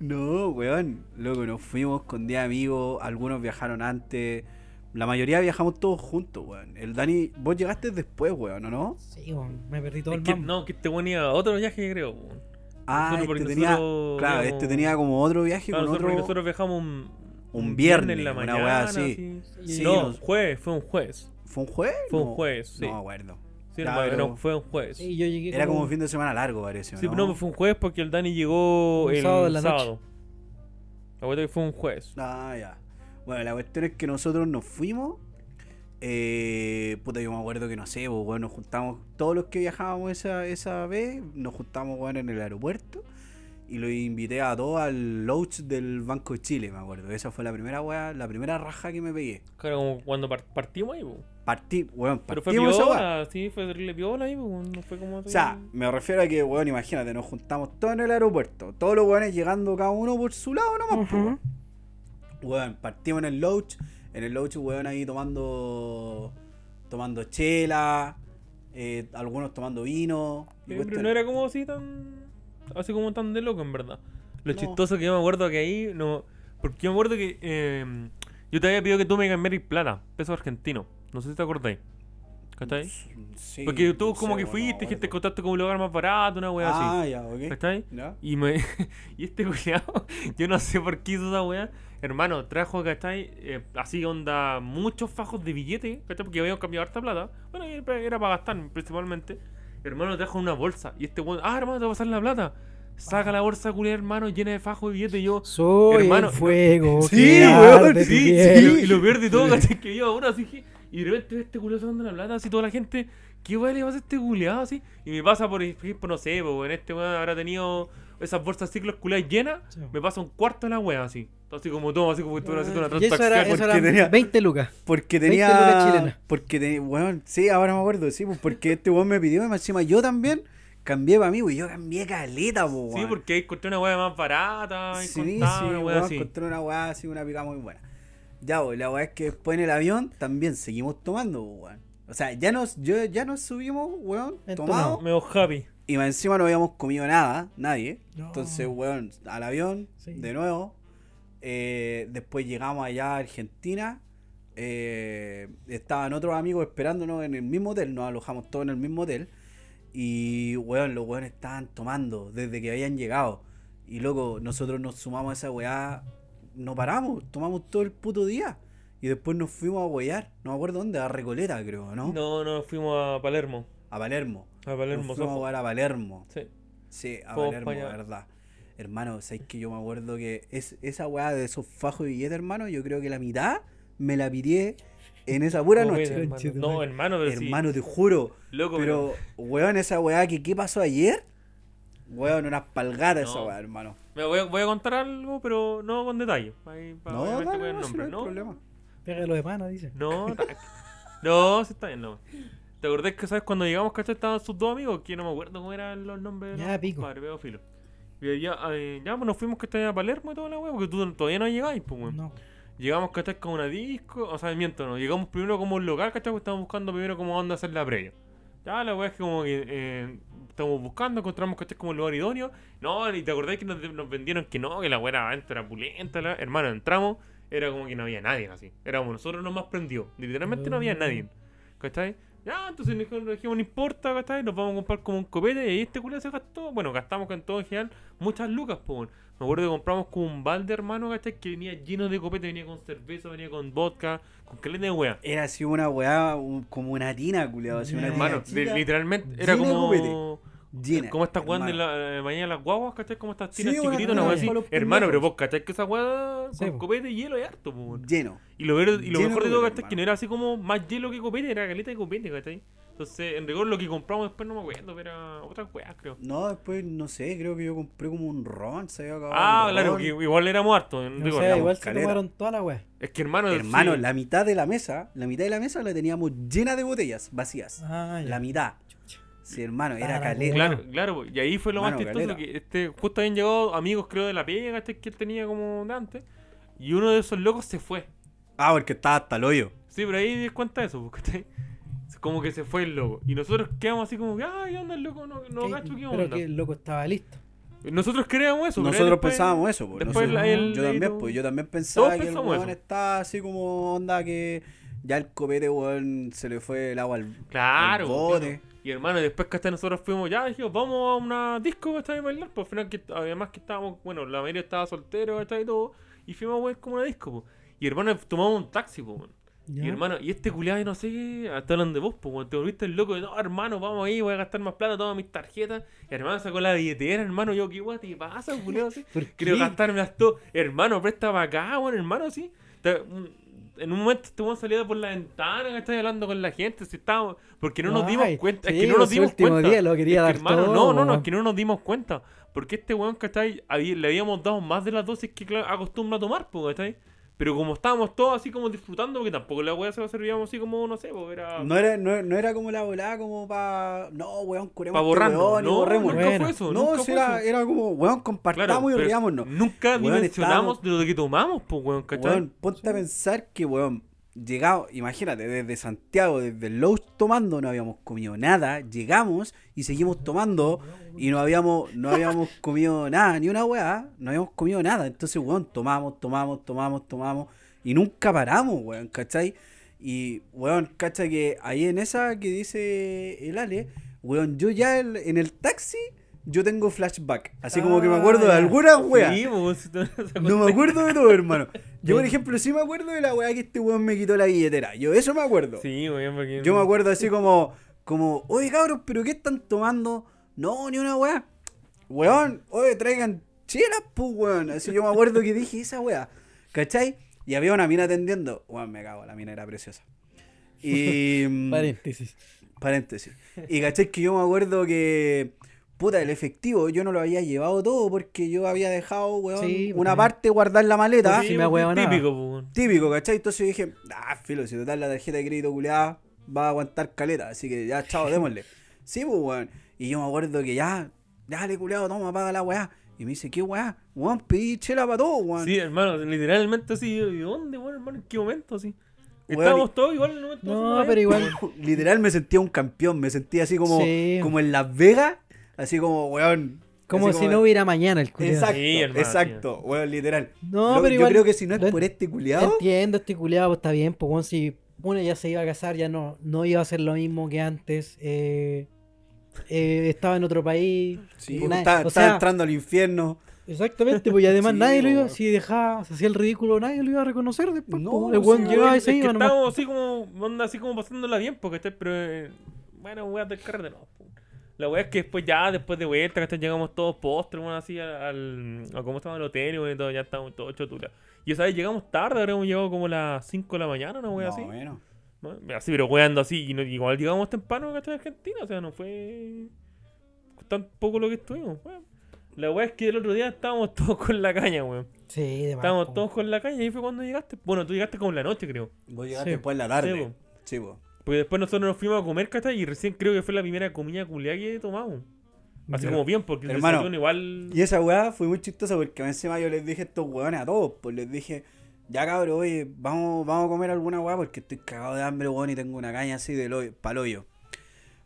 S4: no, weón. Loco, nos fuimos con 10 amigos. Algunos viajaron antes. La mayoría viajamos todos juntos, weón. El Dani, vos llegaste después, weón, ¿o no?
S3: Sí, weón, me perdí todo
S2: Es
S3: el
S2: que,
S3: mambo.
S2: no, que este weón iba a otro viaje, creo. weón.
S4: Ah,
S2: Nosotros
S4: este
S2: porque
S4: tenía,
S2: nosotros
S4: claro,
S2: íbamos-
S4: este tenía como otro viaje
S2: Claro,
S4: con
S2: nosotros,
S4: otro,
S2: porque nosotros viajamos un,
S4: un
S2: en
S4: viernes,
S2: la
S4: una
S2: mañana.
S4: weá así.
S3: Sí,
S2: no,
S4: nos-
S2: jueves, fue un jueves.
S4: ¿Fue un jueves?
S2: Fue un
S4: No,
S2: jueves, sí.
S4: No me acuerdo.
S2: Sí,
S4: Claro,
S2: hermano,
S4: pero-
S2: no, fue un jueves.
S3: Sí, yo llegué
S4: Era como un fin de semana largo, parece, ¿o
S2: Sí,
S4: ¿no?
S2: no, fue un jueves porque el Dani llegó
S3: Un
S2: el
S3: sábado
S2: sábado.
S3: en la noche.
S2: La vuelta que fue un jueves.
S4: Ah, ya. Bueno, la cuestión es que nosotros nos fuimos. Eh, puta, yo me acuerdo que no sé, pues, weón, nos juntamos, todos los que viajábamos esa, esa vez, nos juntamos weón, en el aeropuerto y lo invité a todos al lounge del Banco de Chile, me acuerdo. Esa fue la primera weá, la primera raja que me pegué.
S2: Claro, como cuando par- partimos ahí, po.
S4: Partí, weón,
S2: Pero fue
S4: partimos esa weá.
S2: piola, sí, fue terrible piola ahí, po. No fue como.
S4: O sea, me refiero a que, weón, imagínate, nos juntamos todos en el aeropuerto, todos los weones llegando cada uno por su lado nomás, pues, weón.
S3: Ujú.
S4: Weón, partimos en el Loach. En el Loach, weón, ahí tomando. Tomando chela. eh, algunos tomando vino. y
S2: Eh, Pero
S4: cuestiones.
S2: no era como así tan. Así como tan de loco, en verdad. Lo
S4: No.
S2: chistoso que yo me acuerdo que ahí. no Porque yo me acuerdo que. eh, yo te había pedido que tú me cambiaras plata, peso argentino. No sé si te acordáis. ¿Cachai?
S4: Sí,
S2: Porque tú
S4: no
S2: como
S4: sé,
S2: que
S4: weón,
S2: fuiste,
S4: no me
S2: dijiste
S4: acuerdo.
S2: contacto con un lugar más barato, una wea
S4: Ah,
S2: así.
S4: ya, ok.
S2: ¿Cachai?
S4: ¿Ya?
S2: Y me y este culiao, yo no sé por qué hizo esa weá. Hermano, trajo, ¿cachai? Eh, así onda, muchos fajos de billete, ¿cachai? Porque habíamos cambiado harta plata. Bueno, era pa- era para gastar principalmente. Hermano, trajo una bolsa. Y este weón, ah, hermano, te voy a pasar la plata. Saca la bolsa, culiao, hermano, llena de fajos de billete. Y yo,
S3: Soy
S2: Hermano,
S3: el fuego.
S4: Sí,
S3: que
S4: weón,
S3: arde tu
S4: sí,
S3: piel.
S4: sí.
S2: y lo pierde todo, ¿cachai? Que yo ahora así que. Y de repente este culiao sacando la plata, así toda la gente. ¿Qué weá le pasa a este culiao así? Y me pasa, por ejemplo, no sé, po, en este weón habrá tenido esas bolsas ciclos culiadas llenas.
S3: Sí.
S2: Me pasa un cuarto de la wea así. Así como todo, así como que tú haciendo una
S3: Y eso era,
S2: transacción.
S3: eso
S4: porque
S3: era
S4: tenía-
S3: 20 lucas.
S4: Porque
S3: 20 lucas
S4: tenía.
S3: chilenas.
S4: Porque tenía. Weón, sí, ahora me acuerdo, sí, pues, porque este weón me pidió, y encima yo también cambié para mí, pues, Yo cambié caleta, pues,
S2: Sí,
S4: weón.
S2: porque ahí encontré una wea más barata.
S4: Sí, sí,
S2: encontraba una wea
S4: weón,
S2: así.
S4: encontré una weá así, una pica muy buena. Ya, weón, la weá es que después en el avión también seguimos tomando, pues, weón. O sea, ya nos, yo, ya nos subimos, weón,
S3: Entonado.
S4: tomado.
S2: Me voy happy.
S4: Y más encima no habíamos comido nada, nadie.
S3: No.
S4: Entonces, weón, al avión,
S3: Sí.
S4: de nuevo. Eh, después llegamos allá a Argentina. Eh, estaban otros amigos esperándonos en el mismo hotel. Nos alojamos todos en el mismo hotel. Y, weón, los weones estaban tomando desde que habían llegado. Y, loco, nosotros nos sumamos a esa weá. No paramos, tomamos todo el puto día. Y después nos fuimos a huear. No me acuerdo dónde, a Recoleta, creo, ¿no?
S2: No, no, fuimos a Palermo.
S4: A Palermo.
S2: A Palermo,
S4: nos fuimos a
S2: Sojo.
S4: huear a Palermo.
S2: Sí.
S4: Sí, a
S2: Fuimos
S4: Palermo,
S2: pa' allá.
S4: verdad. Hermano, ¿sabes que yo me acuerdo que es, esa weá de esos fajos de billete, hermano? Yo creo que la mitad me la piré en esa pura
S2: No,
S4: noche.
S2: hermano. No, hermano, pero sí.
S4: hermano, te juro.
S2: Loco,
S4: pero, weón, esa weá que ¿qué pasó ayer? Weón, unas palgadas esa
S2: No.
S4: weá, hermano.
S2: Me voy a, voy a contar algo, pero no con detalle. Ahí, pa-
S4: No,
S2: obviamente
S4: dale,
S2: con el
S4: no, si no
S2: nombre,
S4: hay problema.
S3: Pégalo de pana, dice.
S2: No, ta- no, sí está bien, no. ¿Te acordás que, sabes, cuando llegamos, cachai, estaban sus dos amigos? Que no me acuerdo cómo eran los nombres. de
S3: Ya,
S2: los
S3: pico.
S2: compadres, pero filo. Y ya, eh, ya, pues nos fuimos, cachai, a Palermo y toda la wea, porque tú todavía no llegáis, pues, weón.
S3: No.
S2: Llegamos, cachai, con una disco, o sea, miento, no. Llegamos primero como un local, cachai, porque estábamos buscando primero cómo onda hacer la previa. Ya, la wea es que como que eh, estamos buscando, encontramos, cachai, como el lugar idóneo. No, y te acordás que nos, nos vendieron que no, que la wea era adentro, era pulenta, la... hermano, entramos, era como que no había nadie así. Éramos nosotros los más prendidos. Literalmente no había nadie. ¿Cachai? Ya, entonces nos dijeron, dijimos, no importa, ¿cachai? Nos vamos a comprar como un copete. Y ahí este culo se gastó. Bueno, gastamos con todo en general muchas lucas, po. weón. Me acuerdo que compramos con un balde, hermano, ¿cachai? Que venía lleno de copete, venía con cerveza, venía con vodka, con caleta de wea.
S4: Era así una weá, un- como una tina, culiado. Así una
S2: Hermano,
S4: tina
S2: li-
S4: chica,
S2: literalmente era
S4: llena de
S2: como.
S4: llena,
S2: como estas weas de
S4: hermano.
S2: la eh, mañana las guaguas, ¿cachai? Como estas
S4: Sí,
S2: tiras
S4: una
S2: chiquititas, una
S4: tina
S2: wea
S4: de
S2: así.
S4: palos
S2: Hermano, pero
S4: pendejos.
S2: vos, ¿cachai? Que esa wea
S3: Sí,
S2: con
S3: po.
S2: copete y hielo es harto, po. weón.
S4: Lleno.
S2: Y lo, ver- y lo
S4: Lleno
S2: mejor de
S4: de
S2: todo,
S4: copete,
S2: ¿cachai? Que
S4: hermano.
S2: no era así como más hielo que copete, era caleta de copete, ¿cachai? Entonces, en rigor, lo que compramos después no me acuerdo, pero era otras weas, creo.
S4: No, después, no sé, creo que yo compré como un ron, se había acabado.
S2: Ah,
S4: un
S2: claro,
S4: ron.
S2: que igual éramos hartos, en
S3: No
S2: rigor.
S3: sé,
S4: la
S3: igual se
S4: calera.
S3: tomaron toda la wea.
S2: Es que hermano.
S4: Hermano,
S2: sí.
S4: la mitad de la mesa, la mitad de la mesa la teníamos llena de botellas vacías.
S3: Ah,
S4: La mitad. Sí, hermano, era
S3: Para,
S4: caleta.
S2: Claro, claro, po. y ahí fue lo más
S4: Hermano,
S2: chistoso
S4: caleta.
S2: que este, justo habían llegado amigos, creo, de la pega este, que él tenía como de antes, y uno de esos locos se fue.
S4: Ah, porque estaba hasta el hoyo.
S2: Sí, pero ahí di cuenta de eso, porque como que se fue el loco. Y nosotros quedamos así como que, ay, ¿qué onda el loco? No, no
S3: Que-
S2: gacho, ¿qué
S3: Pero
S2: onda?
S3: que el loco estaba listo.
S2: Nosotros creamos eso. pero
S4: Nosotros
S2: después-
S4: pensábamos eso, pues.
S2: después
S4: nosotros-
S2: la- el-
S4: yo también,
S2: el-
S4: pues, yo también pensaba que el
S2: pensamos
S4: weón
S2: eso.
S4: está así como onda que ya el copete, weón, se le fue el agua al.
S2: Claro.
S4: El bote.
S2: claro. Y hermano, y después que hasta nosotros fuimos ya, dijimos, vamos a una disco, ¿cachai? A bailar. Pues al final, que, además que estábamos, bueno, la mayoría estaba soltero, ¿cachai? Y todo. Y fuimos a bailar como una disco, po. Y hermano, tomamos un taxi, po, weón.
S3: Ya.
S2: Y hermano, y este culiado, no sé qué, hasta hablan de vos, pues, weón. te volviste el loco de, no, hermano, vamos ahí, voy a gastar más plata, toma mis tarjetas. Y hermano sacó la billetera, hermano, yo, ¿qué weón te pasa, culiado? Así,
S3: ¿Por
S2: quiero
S3: qué?
S2: gastármelas todo. Hermano, presta para acá, weón, hermano, así. Te- un- En un momento estuvimos saliendo por la ventana, estás hablando con la gente, si estábamos, porque no nos dimos
S3: Ay,
S2: cuenta,
S3: sí,
S2: es que no nos
S3: ese
S2: dimos
S3: último
S2: cuenta.
S3: día lo quería
S2: Es que,
S3: dar
S2: hermano,
S3: todo,
S2: no, no, no,
S3: weón.
S2: es que no nos dimos cuenta. Porque este weón, ¿cachai? Habí- Le habíamos dado más de las dosis que claro, acostumbra a tomar, pues, ¿cachai? Pero como estábamos todos así como disfrutando, porque tampoco la weá se la servíamos así como, no sé, pues era.
S4: No era, no, no era como la volada, como pa. No, weón, curemos.
S2: Pa'
S4: este
S2: borrarnos.
S4: weón y
S2: No,
S4: borremos.
S2: nunca
S3: Bueno.
S2: fue eso.
S4: No,
S2: nunca
S4: si
S2: fue
S4: era,
S2: eso.
S4: era como, weón,
S2: Claro,
S4: compartamos y
S2: pero
S4: riámonos.
S2: Nunca
S4: Weón,
S2: dimensionamos
S4: estábamos-
S2: de lo que tomamos, pues, weón, ¿cachai?
S4: Weón, ponte a pensar que, weón, llegado, imagínate, desde Santiago, desde el Lowe's tomando, no habíamos comido nada, llegamos y seguimos tomando y no habíamos, no habíamos comido nada, ni una weá, no habíamos comido nada. Entonces, weón, tomamos, tomamos, tomamos, tomamos y nunca paramos, weón, ¿cachai? Y, weón, ¿cachai? Que ahí en esa que dice el Ale, weón, yo ya el- en el taxi, yo tengo flashback. Así como que me
S3: Ah,
S4: acuerdo de
S3: ya.
S4: alguna weá.
S2: Sí, pues, si te vas a
S4: No
S2: contar.
S4: me acuerdo de todo, hermano. Yo, por ejemplo, sí me acuerdo de la weá que este weón me quitó la billetera. Yo eso me acuerdo.
S2: Sí, weón, porque.
S4: Yo me acuerdo así como, como, oye cabros, ¿pero qué están tomando? No, ni una weá. Weón, oye, traigan chelas, pues, weón. Así yo me acuerdo que dije esa weá. ¿Cachai? Y había una mina atendiendo. Weón, me cago, la mina era preciosa. Y. mm,
S3: Paréntesis.
S4: Paréntesis. Y caché que yo me acuerdo que. Puta, el efectivo, yo no lo había llevado todo porque yo había dejado, weón,
S3: Sí,
S4: una
S3: porque-
S4: parte guardar la maleta.
S3: Sí, me ahueonaba.
S2: Típico, pues, weón.
S4: Típico, ¿cachai? Entonces yo dije, ah, filo, si total la tarjeta de crédito culeada va a aguantar caleta, así que ya, chao, démosle. sí, pues, weón. Y yo me acuerdo que ya, dale, culeado, toma, paga la weá. Y me dice, ¿qué weá? Weón, pedí chela para todo, weón.
S2: Sí, hermano, literalmente así. ¿Y dónde, weón, hermano? ¿En qué momento así?
S4: Weón,
S2: Estábamos todos igual en el momento. así,
S3: No,
S2: weón.
S3: pero igual.
S4: Literal me sentía un campeón, me sentía así como,
S3: Sí.
S4: como en Las Vegas, así como, weón.
S3: Como
S4: así
S3: si no hubiera mañana el culiado.
S4: Exacto,
S2: Sí, hermano,
S4: exacto, weón, literal.
S3: No,
S4: Lo-
S3: pero
S4: yo
S3: igual
S4: creo que si no
S3: lo
S4: es
S3: en-
S4: por este culiado,
S3: Entiendo, este culiado pues, está bien, pues bueno, si uno ya se iba a casar, ya no, no iba a ser lo mismo que antes. eh, eh, estaba en otro país.
S4: sí,
S3: pues, nadie-
S4: está,
S3: o
S4: está
S3: sea,
S4: entrando al infierno.
S3: Exactamente, pues y además
S4: Sí,
S3: nadie lo iba,
S4: pues.
S3: si dejaba, se hacía el ridículo, nadie lo iba a reconocer después.
S4: No,
S3: pues, el
S4: sí,
S3: weón
S4: weón,
S3: llegaba y
S2: Es
S3: se
S2: que
S3: iba nomás.
S2: estábamos así como, onda, así como pasándola bien, porque está, pero eh, bueno, weá del carrete, no. po. La weá es que después ya, después de vuelta, que llegamos todos postres, bueno, así al, al a cómo estaba el hotel, weón, y todo, ya estábamos todos chotulas. Y esa vez llegamos tarde, habríamos llegado como a las 5 de la mañana, una weá
S4: Más
S2: así.
S4: o menos.
S2: ¿no? Así, pero weando así, y no- igual llegamos temprano, ¿cachai? Argentina, o sea, no fue tan poco lo que estuvimos, weón. La weá es que el otro día estábamos todos con la caña, weón.
S3: Sí, de más,
S2: Estábamos
S3: pues.
S2: todos con la caña y ahí fue cuando llegaste. Bueno, tú llegaste como en la noche, creo.
S4: Voy a llegar
S3: Sí.
S4: después en la
S2: Sí,
S4: tarde.
S2: po.
S4: Sí, po.
S2: Porque después nosotros nos fuimos a comer, ¿cachai? Y recién creo que fue la primera comida culiada que tomamos. Así
S4: Pero-
S2: como bien, porque el
S4: hermano,
S2: desayuno igual.
S4: Y esa weá fue muy chistosa porque encima yo les dije a estos weones a todos, pues les dije, ya cabrón, oye, vamos, vamos a comer alguna weá porque estoy cagado de hambre, weón, y tengo una caña así del hoyo, pa'l hoyo.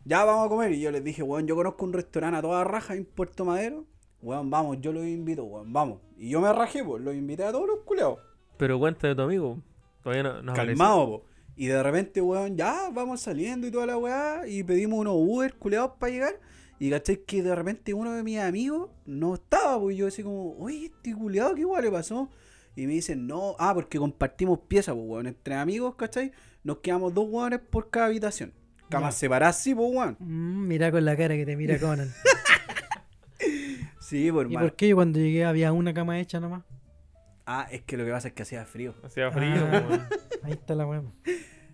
S4: Ya vamos a comer. Y yo les dije, weón, yo conozco un restaurante a toda raja en Puerto Madero. Weón, vamos, yo los invito, weón, vamos. Y yo me rajé, pues, los invité a todos los culeados.
S2: Pero cuenta de tu amigo. Todavía no, no aparece.
S4: calmado, po. Y de repente, weón, ya vamos saliendo y toda la weá, y pedimos unos Uber culeados para llegar. Y caché que de repente uno de mis amigos no estaba, pues yo así como, oye, este culeado, qué weá le pasó. Y me dicen, no, ah, porque compartimos piezas, pues weón, entre amigos, ¿cachai? Nos quedamos dos weones por cada habitación. Camas separadas, sí, pues weón.
S3: Mm, mira con la cara que te mira Conan.
S4: Sí, pues
S3: ¿Y
S4: hermano.
S3: por qué yo cuando llegué había una cama hecha nomás?
S4: Ah, es que lo que pasa es que hacía frío.
S2: Hacía frío,
S3: Ah.
S2: weón.
S3: Ahí está la pues. weón.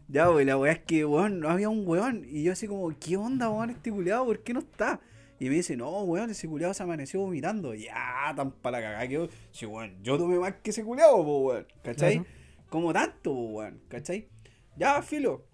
S4: Ya, güey, la weá es que, weón, no había un weón. Y yo así como, ¿qué onda, weón, este culiado? ¿Por qué no está? Y me dice, no, weón, ese culiado se amaneció vomitando. Ya, tan para la cagada que yo. Sí, weón, yo tomé más que ese culiado, po, weón. ¿Cachai?
S3: Claro.
S4: Como tanto, po, weón. ¿Cachai? Ya, filo.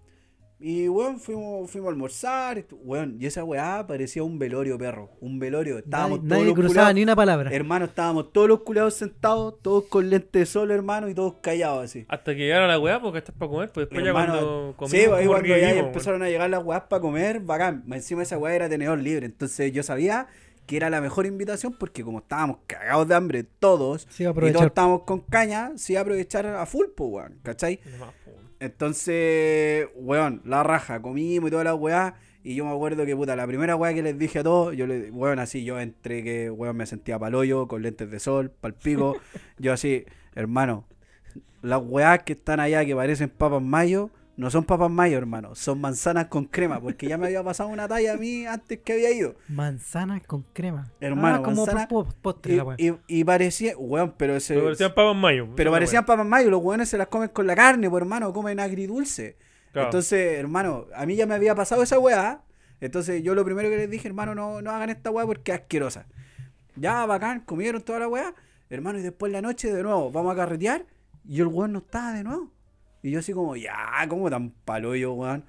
S4: Y, weón, fuimos, fuimos a almorzar. estu- Weón, y esa weá parecía un velorio, perro. Un velorio. Estábamos
S3: Nadie,
S4: todos
S3: nadie
S4: los
S3: cruzaba
S4: culiados-
S3: ni una palabra.
S4: Hermano, estábamos todos los culiados sentados, todos con lentes de sol, hermano, y todos callados así.
S2: Hasta que llegara la weá, porque estás para comer. Pues después
S4: Hermano,
S2: ya cuando comimos.
S4: sí, pues, ahí
S2: como
S4: cuando ya
S2: revivimos, weón.
S4: empezaron a llegar las weas para comer, bacán. Más Encima esa wea era tenedor libre, entonces yo sabía que era la mejor invitación porque como estábamos cagados de hambre todos,
S3: Sí, va a
S4: y todos
S3: aprovechar.
S4: estábamos con caña, se iba a aprovechar a full, po, weón, ¿cachai?
S2: Nomás, po, weón.
S4: Entonces, weón, la raja, comimos y toda la weá. Y yo me acuerdo que, puta, la primera weá que les dije a todos, yo le, weón, así, yo entre que, weón, me sentía palollo, con lentes de sol, palpico. yo así, hermano, las weás que están allá que parecen papas mayo, no son papas mayo, hermano, son manzanas con crema, porque ya me había pasado una talla a mí antes que había ido.
S3: Manzanas con crema.
S4: Hermano,
S3: ah, como
S4: manzana-
S3: po- po- postre la weá.
S4: Y, y- y parecía, weón, pero ese.
S2: Pero parecían papas mayo.
S4: este, Pero
S2: esa
S4: parecían papas mayo, los hueones se las comen con la carne, pues hermano, comen agridulce.
S2: weá. Claro.
S4: Entonces, hermano, a mí ya me había pasado esa weá. Entonces, yo lo primero que les dije, hermano, no, no hagan esta weá porque es asquerosa. Ya, bacán, comieron toda la weá. Hermano, y después en la noche, de nuevo, vamos a carretear. Y el weón no estaba de nuevo. Y yo así como, ya, como tan paloyo, weón.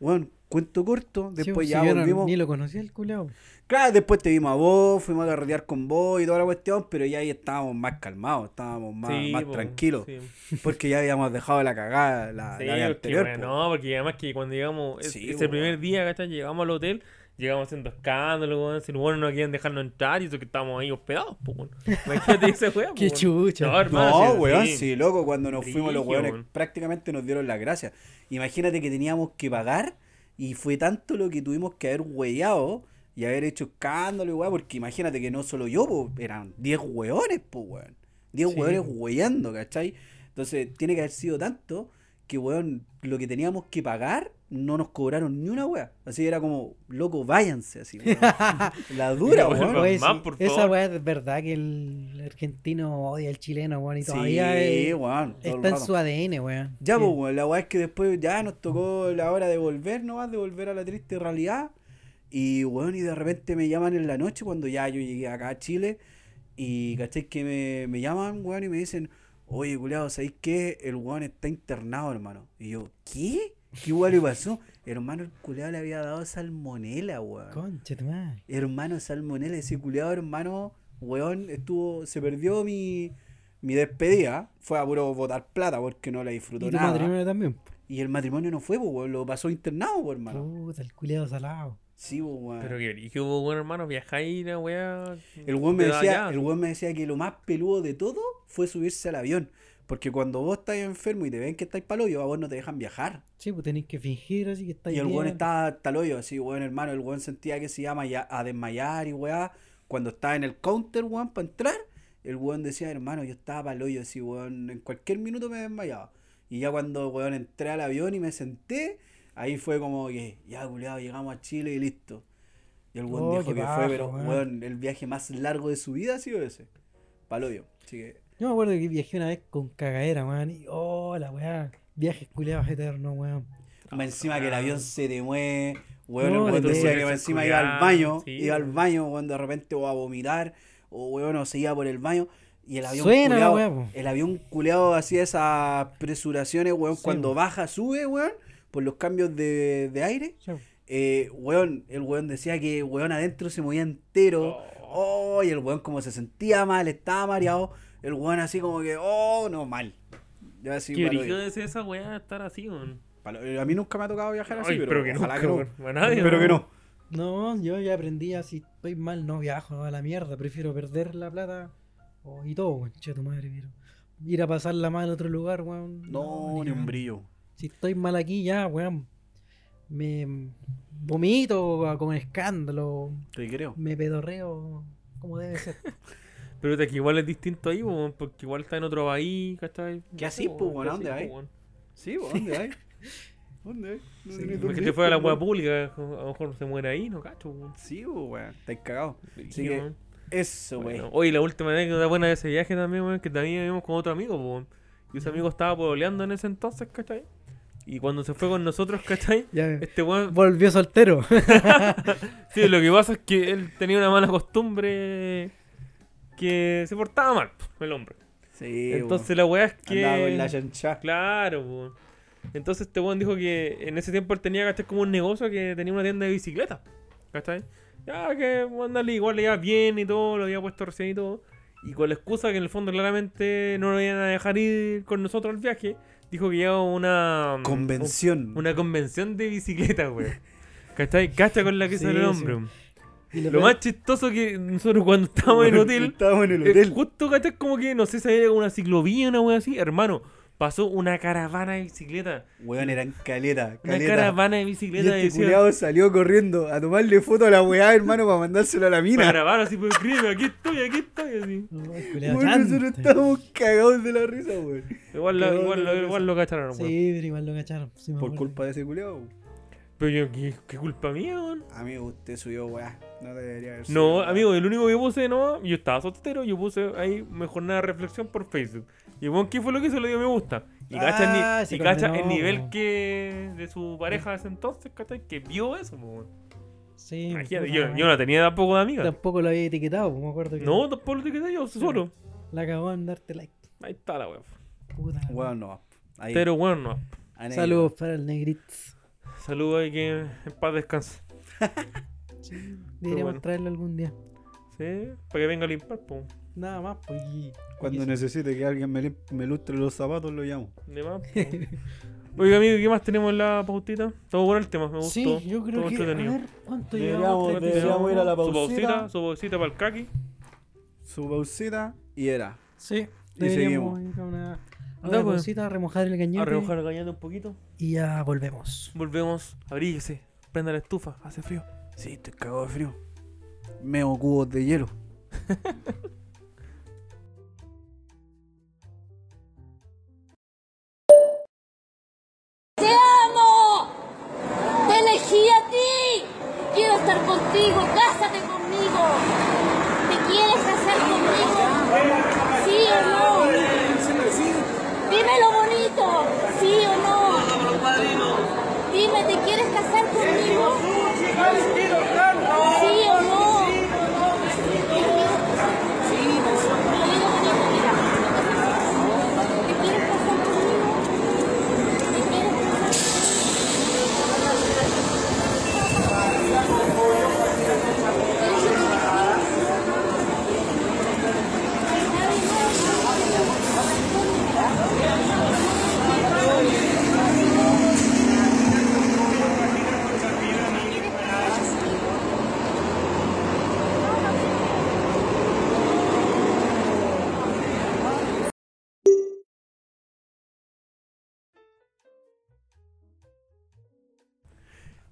S4: Weón, cuento corto.
S3: Sí, pues,
S4: Después
S3: si
S4: ya
S3: yo no-
S4: volvimos.
S3: Ni lo conocía el culeado.
S4: Claro, después te vimos a vos, fuimos a carretear con vos y toda la cuestión, pero ya ahí estábamos más calmados, estábamos más,
S2: Sí,
S4: más
S2: po,
S4: tranquilos.
S2: Sí,
S4: Porque ya habíamos dejado la cagada la,
S2: Sí,
S4: la vez
S2: porque,
S4: anterior.
S2: bueno,
S4: po.
S2: no, porque además que cuando llegamos, es-
S4: Sí,
S2: ese
S4: weón.
S2: primer día, ¿cachai? Llegamos al hotel, llegamos haciendo escándalo, weón. Si los buenos no querían dejarnos entrar y eso que estábamos ahí hospedados, pues, weón. Imagínate ese weón.
S3: Qué chucha.
S2: No, hermano,
S4: No,
S2: sí,
S4: weón,
S2: sí.
S4: sí, loco, cuando nos fuimos los
S2: Brillo,
S4: weones
S2: weón.
S4: prácticamente nos dieron las gracias. Imagínate que teníamos que pagar y fue tanto lo que tuvimos que haber weyado y haber hecho escándalo, weón, porque imagínate que no solo yo, po, eran 10 weones, po, weón. 10
S3: Sí,
S4: weones
S3: po.
S4: weyando, ¿cachai? Entonces, tiene que haber sido tanto que, weón, lo que teníamos que pagar no nos cobraron ni una wea. Así era como, loco, váyanse, así, weón. La dura,
S2: Bueno,
S4: weón.
S3: Oye,
S2: más,
S3: sí,
S2: por
S3: esa
S2: favor.
S3: weá es verdad que el argentino odia al chileno, weón. Y
S4: Sí,
S3: todavía eh,
S4: weón, todo el
S3: está en
S4: rato.
S3: su ADN, weón.
S4: Ya,
S3: Sí.
S4: pues, weón, la weá es que después ya nos tocó la hora de volver nomás, de volver a la triste realidad. Y, weón, y de repente me llaman en la noche cuando ya yo llegué acá a Chile. Y, ¿cachai? Que me, me llaman, weón, y me dicen, oye, culiado, ¿sabéis qué? El weón está internado, hermano. Y yo, ¿qué? ¿Qué weón le pasó? hermano, el culiado le había dado salmonela, weón.
S3: Concha tu madre.
S4: Hermano Salmonella, ese culiado hermano, weón, estuvo, se perdió mi, mi despedida. Fue a puro botar plata porque no la disfrutó
S3: Y tu
S4: nada.
S3: matrimonio también. po.
S4: Y el matrimonio no fue, po, weón, lo pasó internado, po, hermano.
S3: Puta, el culeado salado.
S4: Sí, po, weón.
S2: Pero que brillo, po, weón, hermano, viajáis, la weá.
S4: El weón me
S2: te da
S4: decía,
S2: allá.
S4: el weón me decía que lo más peludo de todo fue subirse al avión. Porque cuando vos estás enfermo y te ven que estáis paloyo, a vos no te dejan viajar.
S3: Sí, pues tenés que fingir así que está
S4: Y el
S3: bien.
S4: weón estaba hasta el hoyo, así, weón, hermano. El weón sentía que se iba a maya- a desmayar y weá. Cuando estaba en el counter, weón, para entrar, el weón decía, hermano, yo estaba para el hoyo, así, weón, en cualquier minuto me desmayaba. Y ya cuando, weón, entré al avión y me senté, ahí fue como que, ya, culiado, llegamos a Chile y listo. Y el weón
S3: Oh,
S4: dijo
S3: qué
S4: que fue,
S3: paja,
S4: pero,
S3: weón.
S4: weón, el viaje más largo de su vida ha sido ese. Para el hoyo. Así que,
S3: Yo me acuerdo que viajé una vez con cagadera, weón. Y oh, la weá. Viajes culeados eternos, weón.
S4: más encima que el avión se te mueve, weón,
S3: No,
S4: el weón
S3: tú
S4: decía
S2: eres
S4: que más
S2: el
S4: encima iba al
S2: culiao,
S4: baño,
S2: sí,
S4: iba al
S2: weón.
S4: baño, weón, de repente o a vomitar, o weón, o se iba por el baño, y el avión
S3: Suena la
S4: culeado,
S3: weá, po.
S4: el avión culeado hacía esas presuraciones, weón,
S3: Sí,
S4: cuando
S3: po.
S4: baja, sube, weón, por los cambios de, de aire,
S3: Ya, po.
S4: eh, weón, el weón decía que weón adentro se movía entero, oh, y el weón como se sentía mal, estaba mareado, el weón así como que, oh, no, mal. Yo así,
S2: Qué
S4: palo-
S2: brillo es esa weá estar así, weón.
S4: palo- eh, a mí nunca me ha tocado viajar así,
S2: Ay,
S4: pero,
S2: pero que
S4: ojalá
S2: nunca,
S4: que no.
S2: weón. A nadie,
S4: Pero que no.
S3: No, yo ya aprendí a si estoy mal, no viajo a la mierda. Prefiero perder la plata o- y todo, weón. Che, tu madre, pero. Ir a pasarla mal a otro lugar, weón.
S4: No, ni un
S3: cagando.
S4: brillo.
S3: Si estoy mal aquí, ya, weón. Me vomito weón, con escándalo.
S4: Te creo.
S3: Me pedorreo como debe ser.
S2: Pero puta, que igual es distinto ahí, po, weón, porque igual está en otro país, ¿cachai?
S4: ¿Qué
S2: No
S4: así,
S2: sé,
S4: po,
S2: weón,
S4: weón?
S2: ¿qué
S4: ¿A dónde
S2: así,
S4: vais?
S2: po, weón?
S4: Sí, ¿por ¿dónde hay? ¿Dónde hay? No tenés dónde
S2: Imagínate
S4: ir,
S2: fuera de la
S4: pues,
S2: wea
S4: weón.
S2: pública, a lo mejor se muere ahí, no cacho, weón.
S4: Sí, pues, weón. Estáis cagados. Así
S2: Sí,
S4: que,
S2: weón.
S4: eso, weón.
S2: Bueno, oye, la última anécdota buena de ese viaje también, weón, que también vimos con otro amigo, po, weón. Y ese amigo estaba pololeando en ese entonces, ¿cachai? Y cuando se fue con nosotros, ¿cachai?
S3: Ya,
S2: Este weón.
S3: volvió soltero.
S2: Sí, lo que pasa es que él tenía una mala costumbre que se portaba mal, po, el hombre.
S4: Sí,
S2: Entonces la weá es
S4: que...
S2: que.
S4: Andaba con la chancha.
S2: Claro, po. Entonces este weón dijo que en ese tiempo él tenía, ¿cachai? Como un negocio que tenía una tienda de bicicletas. ¿Cachai? Ya que mandarle igual le iba bien y todo, lo había puesto recién y todo. Y con la excusa que en el fondo claramente no lo iban a dejar ir con nosotros al viaje, dijo que iba a una. mm,
S4: Convención.
S2: Una convención de bicicletas, weón. ¿Cachai? Cacha con la que
S3: Sí,
S2: sale el hombre.
S3: sí.
S2: weón.
S4: Y le
S2: Lo
S4: pega-
S2: más chistoso que nosotros cuando estábamos en el hotel,
S4: Estábamos en el
S2: eh,
S4: hotel.
S2: justo ¿cachai? como que no sé si había una ciclovía, una wea así, hermano, pasó una caravana de bicicleta,
S4: Weón, eran caleta,
S2: una
S4: caleta.
S2: caravana de
S4: Y
S2: bicicleta
S4: este
S2: decía,
S4: culiao salió corriendo a tomarle foto a la weá, hermano, para mandárselo a la
S2: para
S4: mina.
S2: grabar así, pues escribe, aquí estoy, aquí estoy, así.
S4: Weón, nosotros estábamos cagados de la risa, weón.
S2: Igual, la-
S4: Cagado de
S2: igual,
S4: la
S2: lo-
S4: risa.
S2: igual lo cacharon, weón.
S3: Sí, pero igual lo cacharon. sí me
S4: Por
S3: acuerdo.
S4: culpa de ese culiao.
S2: Pero yo, ¿qué, qué culpa mía, weón?
S4: Amigo, usted subió weá. No debería haber subido,
S2: No,
S4: weá.
S2: amigo, el único que puse, no, yo estaba soltero, yo puse ahí mejor nada de reflexión por Facebook. Y bueno, ¿qué fue lo que se le dio me gusta? Y cacha,
S3: Ah,
S2: el ni-
S3: se
S2: y cacha
S3: condenó,
S2: el nivel
S3: po.
S2: que de su pareja de ese entonces, ¿cachai? Que vio eso, po, weón.
S3: Sí, pues,
S2: Imagínate,
S3: puta
S2: yo,
S3: madre.
S2: yo no tenía tampoco de amiga.
S3: Tampoco lo había etiquetado, pues, me acuerdo que
S2: No, tampoco lo tenía yo, solo.
S3: la cagó en darte like.
S2: Ahí está la weón.
S3: Puta.
S4: Weón, no. Ahí.
S2: Pero bueno, no.
S4: anécdota.
S3: Saludos para el negritz.
S2: Saludos y que en paz descanse.
S3: Deberíamos
S2: bueno.
S3: traerlo algún día.
S2: ¿Sí? Para que venga a limpar, po.
S3: Nada más, pues. y-
S4: Cuando
S3: y-
S4: necesite que alguien me, me lustre los zapatos, lo llamo.
S2: De más, po. Oiga, amigo, ¿qué más tenemos en la pautita? Todo bueno el tema, me gustó.
S3: Sí, yo
S2: Estuvo
S3: creo que. A
S2: entretenido.
S3: ver, ¿cuánto
S4: Deberíamos-
S3: llevamos?
S2: Tenemos
S4: deberíamos ir a la
S2: Su pausita,
S4: pausita.
S2: su pausita para el kaki.
S4: Su pausita y era.
S3: Sí,
S4: Y
S3: deberíamos
S4: seguimos.
S3: ir a una, a
S2: Ya,
S3: una
S2: pues.
S3: pausita, a remojar el cañete
S2: A remojar el gañete un poquito.
S3: y ya volvemos.
S2: Volvemos, abríguese, prenda la estufa, hace frío.
S4: Sí, estoy cagado de frío. Meo cubos de hielo.
S6: ¡Te amo! ¡Te elegí a ti! Quiero estar contigo, cásate conmigo. ¿Te quieres casar conmigo? ¿Sí o no? Dímelo bonito, ¿sí o no? Dime, ¿te quieres casar conmigo? ¿Sí o no? Dime bonito, mira. ¿Te quieres casar conmigo?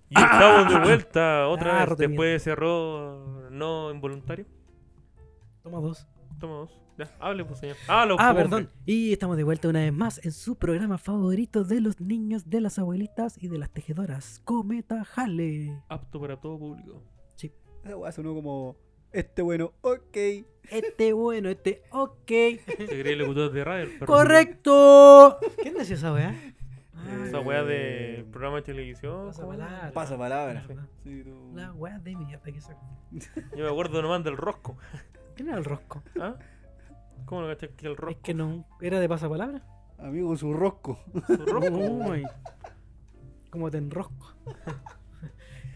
S2: Y estamos de vuelta otra
S3: Ah,
S2: vez.
S3: Rotemir.
S2: Después de ese error no involuntario.
S3: Toma dos.
S2: Toma dos. Ya, hable, pues señor. Hable,
S3: Ah,
S2: pues,
S3: perdón.
S2: hombre.
S3: Y estamos de vuelta una vez más en su programa favorito de los niños, de las abuelitas y de las tejedoras, Cometa Jale.
S2: Apto para todo público.
S4: Esa weá sonó como. Este bueno, ok.
S3: Este bueno, este ok.
S2: Se cree el locutor de radio. el perro.
S3: ¡Correcto! ¿Quién decía esa weá?
S4: Eh,
S3: Ah,
S2: Esa weá de programa de televisión.
S3: Pasa
S2: ¿cómo era?
S3: palabra.
S4: Pasa palabra.
S3: Sí.
S4: Sí, tú.
S3: La weá de mierda que sacó.
S2: Yo me acuerdo nomás del rosco.
S3: ¿Quién era el rosco?
S2: ¿Ah? ¿Cómo lo caché aquí el
S3: Es
S2: rosco?
S3: que no. ¿Era de pasapalabra?
S4: Amigo, su rosco.
S2: Su rosco.
S3: Uy. Como te enrosco.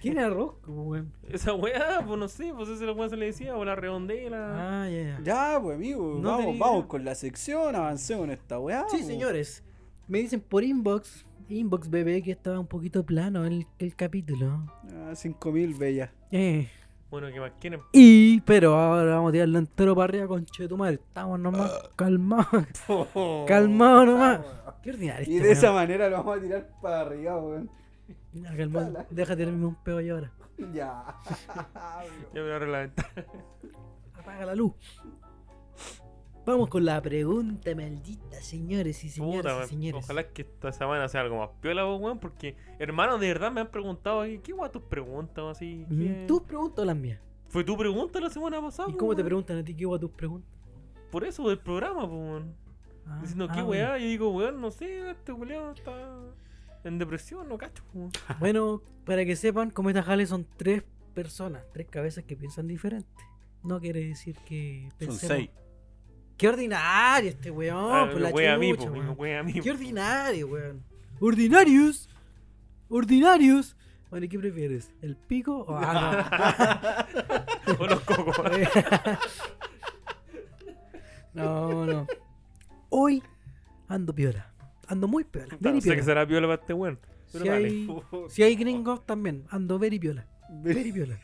S3: ¿Quién era rosco, weón?
S2: Esa weá, pues no sé, pues esa weá se le decía, o la redondela.
S3: Ah, ya, ya.
S4: Ya, pues, amigo.
S3: No
S4: vamos,
S3: tenía
S4: vamos
S3: idea.
S4: con la sección. Avancemos en esta weá. pues.
S3: Sí,
S4: po.
S3: señores. Me dicen por inbox, inbox bebé, que estaba un poquito plano el, el capítulo.
S4: Ah, 5000 bellas.
S3: Eh.
S2: Bueno, ¿qué más quieren?
S3: Y, pero ahora vamos a tirarlo entero para arriba, conchetumar. Estamos nomás
S4: Ah.
S3: calmados. Oh. calmados nomás. Qué ordinario.
S4: Y
S3: este
S4: de
S3: weón.
S4: esa manera lo vamos a tirar para arriba, weón.
S3: Ya, calmado. Deja tirarme un peo yo ahora.
S4: Ya.
S2: Ya voy a abrir la ventana.
S3: Apaga la luz. Vamos con la pregunta maldita, señores y señoras
S2: Puta,
S3: y
S2: weón.
S3: señores.
S2: Ojalá que esta semana sea algo más piola, pues, weón, porque, hermano, de verdad me han preguntado aquí, ¿qué weá tus preguntas así? ¿Qué-
S3: Mm, Tus preguntas o las mías.
S2: ¿Fue tu pregunta la semana pasada?
S3: ¿Y
S2: pues,
S3: cómo te
S2: weón?
S3: preguntan a ti qué hubo a tus preguntas?
S2: Por eso, del programa, pues, weón.
S3: Ah,
S2: Diciendo, ¿qué
S3: ah,
S2: weá? Yo digo, weón, no sé, este culiado está en depresión, no cacho, pues, weón.
S3: Bueno, para que sepan, Cometa Halley son tres personas, tres cabezas que piensan diferente. No quiere decir que pensemos. Qué ordinario este weón,
S2: Ah,
S3: por
S2: me
S3: la
S2: wea a mí,
S3: chucha,
S2: pues, me
S3: weón.
S2: wea a mí,
S3: Qué
S2: pues.
S3: ordinario, weón. Ordinarios. Ordinarios. Bueno, ¿y qué prefieres? ¿El pico o ah,
S2: O los cocos.
S3: no. no, no. Hoy ando piola. Ando muy piola.
S2: No
S3: Very
S2: sé que
S3: piola.
S2: será piola para este weón. Pero
S3: Si
S2: dale.
S3: hay, si hay gringos también, ando very piola. Very piola.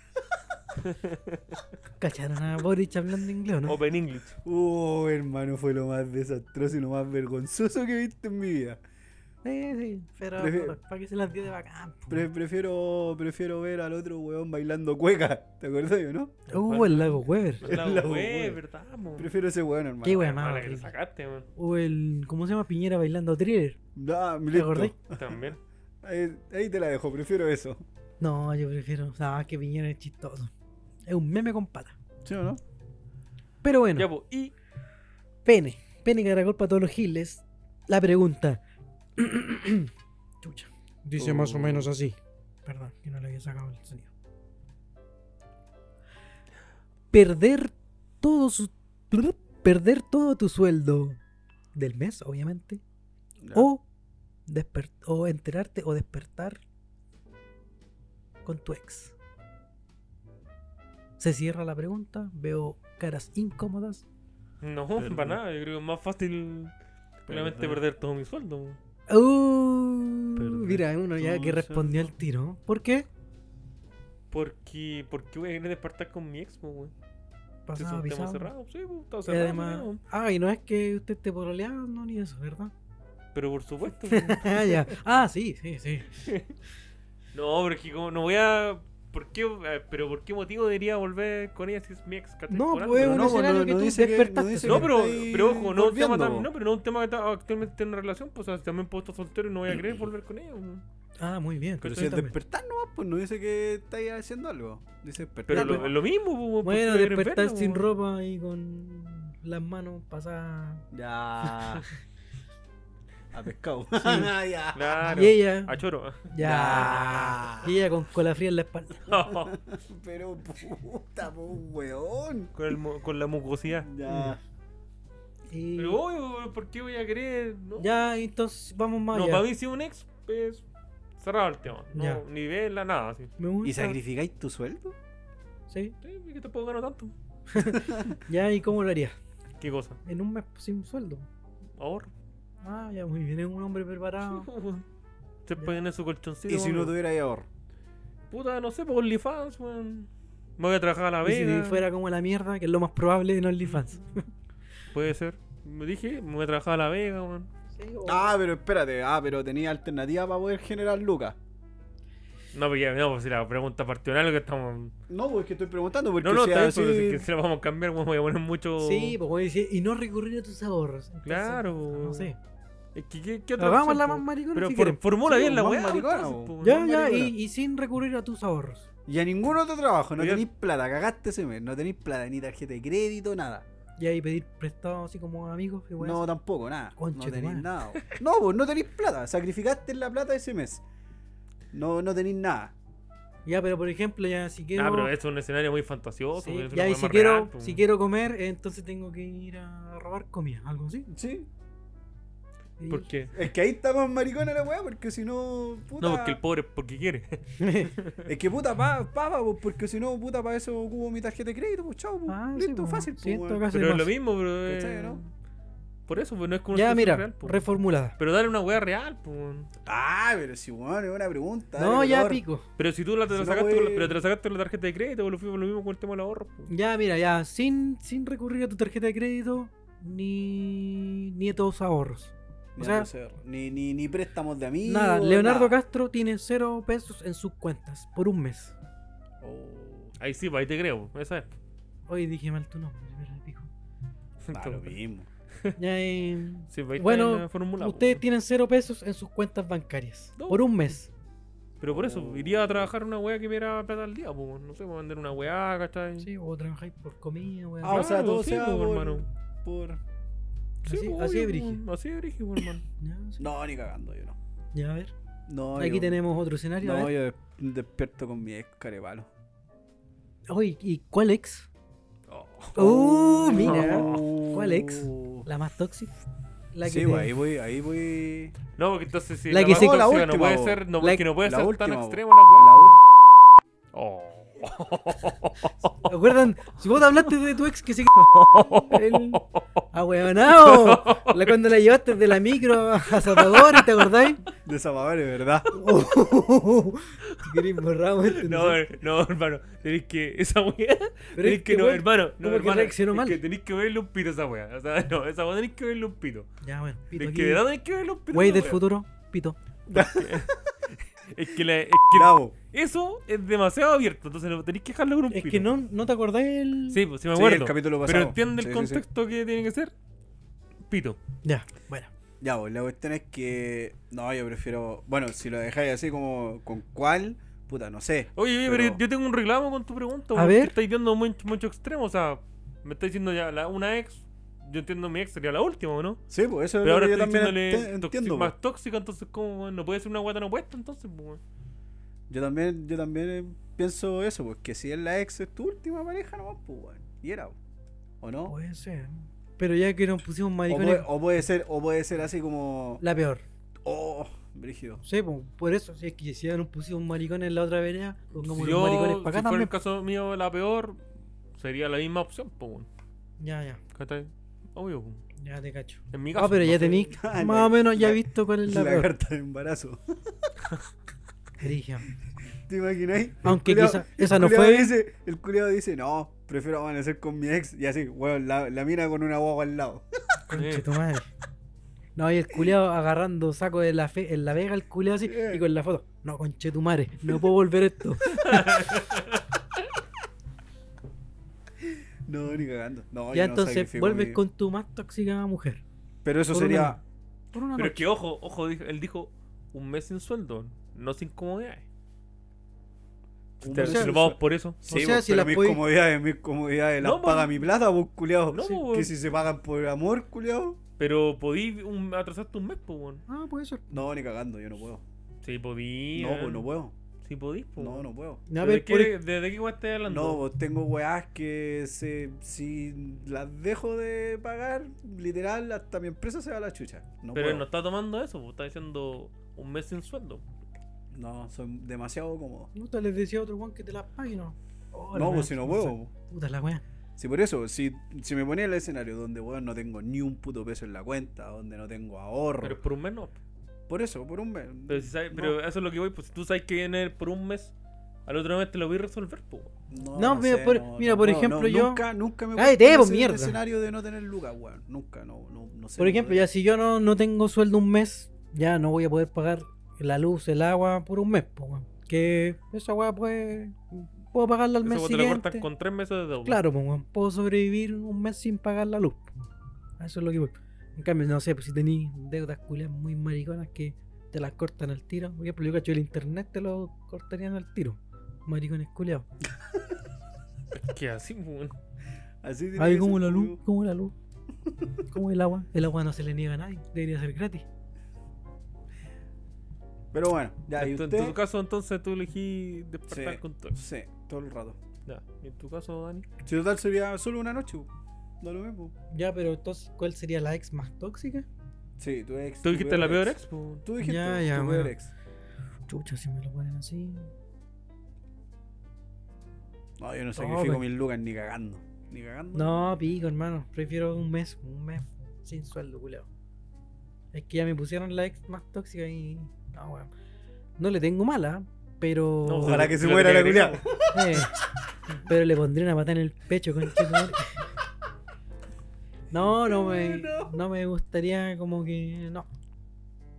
S3: ¿Cacharon a Boric hablando inglés o no?
S2: Open English.
S4: Oh, hermano, fue lo más desastroso y lo más vergonzoso que he visto en mi vida.
S3: Sí, sí, pero
S4: Prefi-
S3: para que se las dio de bacán. po.
S4: Pre- prefiero, prefiero ver al otro weón bailando cueca. ¿Te acuerdas yo, no?
S3: Uh, el lago Weber.
S2: La
S4: La
S2: web,
S4: web.
S2: ¿verdad? mo?
S4: Prefiero ese weón, hermano.
S3: Qué wea más.
S2: Mala que le
S3: horrible.
S2: sacaste, man.
S3: O el, ¿cómo se llama? Piñera bailando thriller.
S4: Ah, listo.
S3: acordás?
S2: También.
S4: Ahí, ahí te la dejo, prefiero eso.
S3: No, yo prefiero. Ah, que Piñera es chistoso. Es un meme con pata.
S4: ¿Sí o no?
S3: Pero bueno,
S2: Ya, pues, y
S3: pene. Pene caracol para todos los giles. La pregunta. Chucha. Dice más o menos así. Perdón, que no le había sacado el sonido. Perder todo su. Perder todo tu sueldo del mes, obviamente. O, desper- o enterarte o despertar con tu ex. Se cierra la pregunta, veo caras incómodas.
S2: no,
S4: Pero-
S2: para nada. Yo creo que es más fácil realmente
S4: Perder.
S2: perder todo mi sueldo. mo.
S3: Uh,
S4: Perder
S3: mira, uno ya
S4: todo
S3: que
S4: el
S3: respondió al
S4: sueldo.
S3: tiro. ¿Por qué?
S2: Porque, porque voy a querer despertar con mi ex, mo, weón. Si es
S3: Pasado,
S2: un tema
S3: avisado.
S2: cerrado. Sí, po, está
S3: Y
S2: cerrado.
S3: además,
S2: sí, mo.
S3: ah, y no es que usted esté pololeando no, ni eso, ¿verdad?
S2: Pero por supuesto.
S3: ah, ya. Ah, sí, sí, sí.
S2: no, pero es que como no voy a. ¿Por qué, eh, pero por qué motivo debería volver con ella si es mi ex? ¿cachai?
S3: No,
S2: Por algo,
S3: pues
S4: pero
S3: un
S4: no,
S3: escenario
S4: no-
S3: que
S4: no
S3: tú
S4: dice que- no
S3: despertaste.
S4: dice que-
S2: No, pero,
S4: estáis
S2: pero ojo, no un tema
S4: volviendo,
S2: tan,
S4: po.
S2: no, pero no un tema que está- actualmente en una relación, pues o sea, también puedo estar soltero y no voy a querer volver con ella. pues. weón.
S3: Ah, muy bien.
S4: Pero si es
S3: perfectamente.
S4: despertar nomás, pues no dice que estáis haciendo algo. Dice despertar.
S2: Pero
S3: Ya,
S2: lo,
S3: pues.
S2: lo mismo, po, weón,
S3: Bueno,
S2: porque pues. eres
S3: despertar
S2: enfermo,
S3: sin
S2: weón.
S3: ropa y con las manos pasadas.
S4: Ya. A pescado. ya.
S2: Claro. Ah,
S3: Y ella.
S2: A choro.
S3: Ya. Y ella con cola fría en la espalda.
S4: Pero puta, po, weón.
S2: con, el mu- con la mucosidad.
S4: Ya.
S3: Y-
S2: Pero obvio, weón, ¿por qué voy a querer? No,
S3: Ya, entonces vamos más
S2: no
S3: allá.
S2: para mí si un ex, pues cerrado el tema. No,
S3: Ya.
S2: ni verla, nada. Así.
S3: Me gusta.
S4: ¿Y sacrificáis tu sueldo?
S3: Sí.
S2: Sí, es que tampoco gano tanto.
S3: Ya, ¿y cómo lo harías?
S2: ¿Qué cosa?
S3: En un mes sin sueldo.
S2: Ahorro.
S3: Ah, ya, muy bien, es un hombre preparado.
S2: Sí, weón. Se ponen en su colchoncito.
S4: y si no
S2: weón.
S4: tuviera ahí ahorro.
S2: Puta, no sé, por OnlyFans, weón. Me voy a trabajar a la
S3: Y si
S2: vega.
S3: fuera como la mierda, que es lo más probable en OnlyFans.
S2: Puede ser. Me dije, me voy a trabajar a la vega, weón.
S3: Sí, o-
S4: Ah, pero espérate. Ah, pero tenía alternativa para poder generar lucas.
S2: No, pero ya, no, pues si la pregunta partió en algo que estamos.
S4: No, pues que estoy preguntando porque
S2: no, no,
S4: si
S2: está bien,
S4: así-
S2: pero si es que se la vamos a cambiar, weón, voy a poner mucho.
S3: Sí, pues voy a decir, y no recurrir a tus ahorros. Entonces,
S2: Claro,
S3: No sé.
S2: Es que, ¿qué, qué otra
S3: Hagamos la
S2: opción,
S3: más
S2: po?
S3: maricona
S2: Pero
S3: si
S2: for-
S3: quieres.
S2: formula
S4: Sí,
S2: bien la
S4: más
S2: weá.
S4: maricona,
S2: entonces,
S4: po.
S2: po,
S3: Ya,
S2: weón. Ah,
S3: ya,
S4: Vamos,
S3: y,
S4: maricona.
S3: y sin recurrir a tus ahorros.
S4: Y a ningún otro trabajo. No
S2: Oye.
S4: tenéis plata. Cagaste ese mes. No tenéis plata, ni tarjeta de crédito, nada.
S3: Y ahí pedir prestado así como a amigos. que weón,
S4: No, tampoco, nada.
S3: Concha
S4: no
S3: tu madre.
S4: tenéis nada. No, vos no tenéis plata. Sacrificaste la plata ese mes. No, no tenéis nada.
S3: Ya, pero por ejemplo, ya si quiero.
S2: Ah, pero eso es un escenario muy fantasioso.
S3: Sí,
S2: weón, es una
S3: ya, y
S2: weá
S3: si
S2: más
S3: quiero,
S2: real, po.
S3: si quiero comer, eh, entonces tengo que ir a robar comida, algo así.
S4: Sí.
S3: Y-
S2: ¿Por qué?
S4: Es que ahí está más maricona la weá, porque si no. Puta,
S2: No, porque el pobre es porque quiere.
S4: Es que puta, pa, pava, pues, porque si no, puta, para eso ocupo mi tarjeta de crédito, pues chao, pues.
S3: Ah, sí,
S4: Listo,
S3: pues,
S4: fácil,
S3: sí, en
S4: pues.
S3: todo
S4: weón.
S3: caso,
S2: pero es
S3: más.
S2: lo mismo, bro. eh,
S4: ¿Cachai, no?
S2: Por eso, pues no es como una
S3: Ya,
S2: situación
S3: mira,
S2: real, po.
S3: reformulada.
S2: Pero dale una weá real, po, weón.
S4: Ah, pero si, weón, es una pregunta.
S3: No,
S4: dale
S3: ya
S4: color.
S3: pico.
S2: Pero si tú la, te la
S4: Si no,
S2: sacaste, con la,
S4: wey.
S2: pero te la sacaste con la tarjeta de crédito, pues lo fui- lo mismo con el tema del ahorro. po.
S3: Ya, mira, ya, sin, sin recurrir a tu tarjeta de crédito ni, ni a tus ahorros.
S4: Ya,
S3: O sea,
S4: no sé, ni, ni, ni préstamos de amigos.
S3: nada, Leonardo
S4: nada.
S3: Castro tiene cero pesos en sus cuentas por un mes.
S4: Oh,
S2: Ahí sí, pues ahí te creo, esa es.
S3: Hoy dije mal tu nombre, pero pico.
S4: da lo mismo.
S3: Ah, Ya, eh,
S2: Sí, pues ahí
S3: Bueno,
S2: está en la fórmula. po.
S3: ustedes tienen cero pesos en sus cuentas bancarias
S2: No.
S3: por un mes.
S2: Pero por
S4: Oh.
S2: eso, iría a trabajar una weá que me diera plata al día, pues. No sé, voy a vender una weá, ¿cachai?
S3: Sí, o trabajáis por comida, weón.
S4: Ah, o sea,
S2: Claro,
S4: todo
S2: sí,
S4: sea
S3: pues,
S2: po,
S4: por,
S2: hermano.
S4: por.
S2: Sí,
S3: Así-
S2: pues,
S3: así de
S2: obvio,
S3: brígido.
S2: pues, Así de brígido, pues, hermano.
S3: Ya, sí.
S4: No, ni cagando, yo no.
S3: Ya, a ver.
S4: no
S3: Aquí
S4: yo-
S3: tenemos ¿eh? otro escenario. a
S4: No,
S3: ver.
S4: yo des- despierto con mi ex carevalo.
S3: Oye, ¿y cuál ex?
S2: Oh.
S3: Uh, mira.
S4: Oh.
S3: ¿Cuál ex? ¿La más tóxica? La que
S4: sí,
S3: te-
S4: pues, ahí voy, ahí voy.
S2: No, porque entonces si
S3: La que
S2: más
S3: se-
S4: No, la
S2: tóxica no
S4: última,
S2: puede
S4: po.
S2: ser, no,
S3: La-
S2: que no puede
S4: la
S2: ser
S4: última,
S2: tan
S4: po.
S2: extrema la weá.
S4: La
S2: Oh.
S3: ¿Se acuerdan? Si vos hablaste de tu ex que se el ahueonao, la cuando la llevaste de la micro a Salvador, ¿te acordáis?
S4: De Zapadores, ¿verdad?
S3: Si queréis borramos esto,
S2: No,
S3: este, sé.
S2: her- no, hermano, tenéis que. Esa weá. Tenéis que,
S3: es que,
S2: no,
S3: weón,
S2: hermano. No,
S3: como que
S2: hermano.
S3: reaccionó
S2: es
S3: mal.
S2: que tenéis que verle un pito a esa weá. O sea, no, esa weá tenéis que verle un pito.
S3: Ya, bueno, pito
S2: Es
S3: aquí.
S2: que de verdad tenéis que verle un pito. a
S3: Güey
S2: esa
S3: del
S2: weá.
S3: futuro, pito.
S2: Es que, la, es que
S4: Bravo.
S2: eso es demasiado abierto, entonces lo tenéis que dejarlo con un
S3: Es
S2: pito.
S3: que no, no te acordás el.
S2: Sí, pues sí me
S4: Sí,
S2: acuerdo.
S4: el capítulo
S2: Pero
S4: pasado.
S2: entiende el
S4: Sí, sí, sí.
S2: contexto que tiene que ser. Pito.
S3: Ya, bueno.
S4: Ya, pues la cuestión es que. No, yo prefiero. Bueno, si lo dejáis así como. ¿Con cuál? Puta, no sé.
S2: Oye, oye, pero,
S4: Pero-
S2: yo tengo un reclamo con tu pregunta.
S3: A
S2: porque
S3: ver.
S2: Estáis viendo mucho, mucho extremo, o sea, me estáis diciendo ya la- una ex. Yo entiendo mi ex sería la última, ¿o ¿no?
S4: Sí, pues eso
S2: Pero ahora
S4: es
S2: estoy
S4: lo que yo también
S2: diciéndole
S4: ente-
S2: toxi-
S4: entiendo. pues.
S2: más tóxica, entonces, ¿cómo? weón? No puede ser una guata no puesta, entonces, pues, weón.
S4: Yo también, yo también eh, pienso eso, pues que si es la ex, es tu última pareja nomás, pues, weón. Y era, weón. ¿O no?
S3: Puede ser. Pero ya que nos pusimos
S4: O
S3: maricones,
S2: eh,
S4: puede, o puede ser, o puede ser así como.
S3: la peor.
S4: Oh, brígido.
S3: Sí, po, por eso, si es que si ya nos pusimos maricones en la otra vereda, pongamos
S2: Si
S3: los
S2: yo,
S3: maricones
S2: si
S3: para
S2: fuera
S3: acá también.
S2: el caso mío la peor, sería la misma opción, pues, weón.
S3: Ya, ya,
S2: ¿Cachai? Obvio, pues.
S3: ya te cacho.
S2: En mi caso.
S3: Ah, pero
S2: no
S3: ya
S2: sé.
S3: tenéis
S4: Ah,
S3: más
S4: la-
S3: o menos ya
S4: la-
S3: visto cuál es la,
S4: La
S3: peor.
S4: carta de embarazo.
S3: Brígido.
S4: ¿Te imagináis?
S3: Aunque
S4: El culiao-
S3: quizá-
S4: el
S3: esa no
S4: culiao
S3: fue-
S4: dice- el culiado dice, no, prefiero amanecer con mi ex. Y así, weón, la, la mina con una guagua al lado.
S3: Conche tu madre. No, y el culeado agarrando saco de la fe, en la vega el culeado así y con la foto. No, conche tu madre, no puedo volver esto.
S4: No, ni cagando. No,
S3: ya
S4: yo no
S3: entonces
S4: sacrifico
S3: vuelves
S4: mi-
S3: con tu más tóxica mujer.
S4: Pero eso
S3: por
S4: sería.
S3: Por una
S2: Pero es
S3: noche.
S2: que, ojo, ojo, dijo- él dijo un mes sin sueldo, no sin comodidades.
S4: un
S2: Te
S4: mes
S3: sea,
S4: sin
S2: reservamos por eso.
S4: Sí,
S3: O sea,
S4: pues,
S3: si
S4: pero
S3: las
S4: mis
S3: podí-
S4: comodidades, mis comodidades las
S2: No,
S4: paga
S2: pues.
S4: mi plata, vos, culiado.
S2: No,
S4: Sí,
S2: pues.
S4: Que si se pagan por amor, culiado.
S2: Pero podí un, atrasarte un mes, pues, weón.
S3: Ah, puede ser.
S4: No, ni cagando, yo no puedo.
S2: Sí, podí.
S4: No, pues
S2: puedo.
S4: no puedo.
S2: Sí, podí, pues.
S4: No,
S2: weón.
S4: no puedo.
S3: A
S2: ¿Desde
S3: ver,
S2: qué,
S3: por- e-
S2: desde qué weón estás hablando?
S4: No, pues tengo weás que se, si las dejo de pagar, literal, hasta mi empresa se va a la chucha. No
S2: pero él no
S4: puedo.
S2: está tomando eso, pues. Está diciendo un mes sin sueldo.
S4: No, soy demasiado cómodo.
S3: no te les decía a otro Juan que te las pague, no. Oh, la
S4: No,
S3: wea,
S4: pues si no puedo.
S3: Puta la wea.
S4: Si por eso, si, si me ponía el escenario donde, weón, no tengo ni un puto peso en la cuenta, donde no tengo ahorro.
S2: Pero es por un mes, no.
S4: Por eso, por un mes.
S2: Pero, si sabes-
S4: No,
S2: pero eso es lo que voy, pues. Si tú sabes que viene por un mes, al otro mes te lo voy a resolver, pues. weón.
S4: No,
S3: No, mira, por- mira, por
S4: puedo,
S3: ejemplo, yo-
S4: Nunca, nunca me he
S3: Cállate,
S4: puesto en
S3: vos,
S4: ese
S3: mierda.
S4: escenario de no tener lucas, weón. Nunca, no, no, no sé.
S3: Por ejemplo, ya si yo no, no tengo sueldo un mes, ya no voy a poder pagar la luz, el agua por un mes, po, weón. Que esa weá puede. Puedo pagarla al
S2: Esa
S3: mes
S2: weón te la
S3: siguiente.
S2: cortan con tres meses de deuda.
S3: Claro, po, weón. puedo sobrevivir un mes sin pagar la luz. po. A Eso es lo que voy. En cambio, no sé, pues si tenéis deudas culias muy mariconas que te las cortan al tiro. Por ejemplo, yo cacho el internet te lo cortarían al tiro. Maricones culiados.
S2: Que así, pues, weón.
S4: Así tiene
S3: Ay,
S4: que
S3: como
S4: ser,
S3: la luz,
S4: amigo.
S3: como la luz. Como el agua. El agua no se le niega a nadie. Debería ser gratis.
S4: Pero bueno, ya, y
S2: En tu-
S4: usted...
S2: En tu caso, entonces tú elegí despertar
S4: Sí.
S2: con todo.
S4: Sí, todo el rato.
S2: Ya. ¿Y en tu caso, Dani?
S4: Si total sería solo una noche, weón. No lo mismo.
S3: Ya, pero entonces, ¿cuál sería la ex más tóxica?
S4: Sí, tu ex.
S2: ¿Tú
S4: tu
S2: dijiste la peor ex? pues?
S4: Tú dijiste
S3: Ya,
S4: tu
S3: ya,
S4: peor
S3: bueno.
S4: ex.
S3: Chucha, si me lo ponen así.
S4: No, yo no sacrifico
S2: pues.
S3: pero-
S4: mil lucas ni cagando. Ni cagando.
S3: No, pico, hermano. Prefiero un mes, un mes sin sueldo, culeo. Es que ya me pusieron la ex más tóxica y. No, weón. No le tengo mala, pero.
S2: No, pues,
S4: Ojalá
S2: Pero-
S4: que se
S2: pero
S4: muera
S2: te
S4: la
S2: agregó.
S4: culiada.
S3: Eh, pero le pondría una pata en el pecho, con No, no me, no me gustaría como que. No.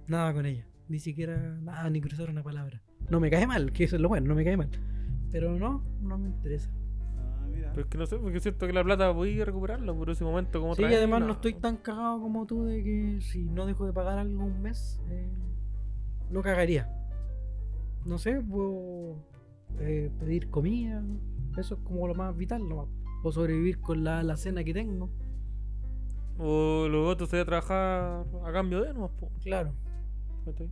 S3: Nada con ella. Ni siquiera nada, ni cruzar una palabra. No me cae mal, que eso es lo bueno, no me cae mal. Pero no, no me interesa.
S4: Ah, mira.
S2: Pero es que no sé, porque es cierto que la plata voy a recuperarla por ese momento como
S3: Sí, y
S2: traerla.
S3: además no estoy tan cagado como tú de que si no dejo de pagar algo un mes, eh, no cagaría. No sé, puedo eh, pedir comida, eso es como lo más vital, nomás. O sobrevivir con la, la cena que tengo.
S2: O los otros se voy a trabajar a cambio de nomás, pues. po.
S3: Claro.
S2: ¿cachai?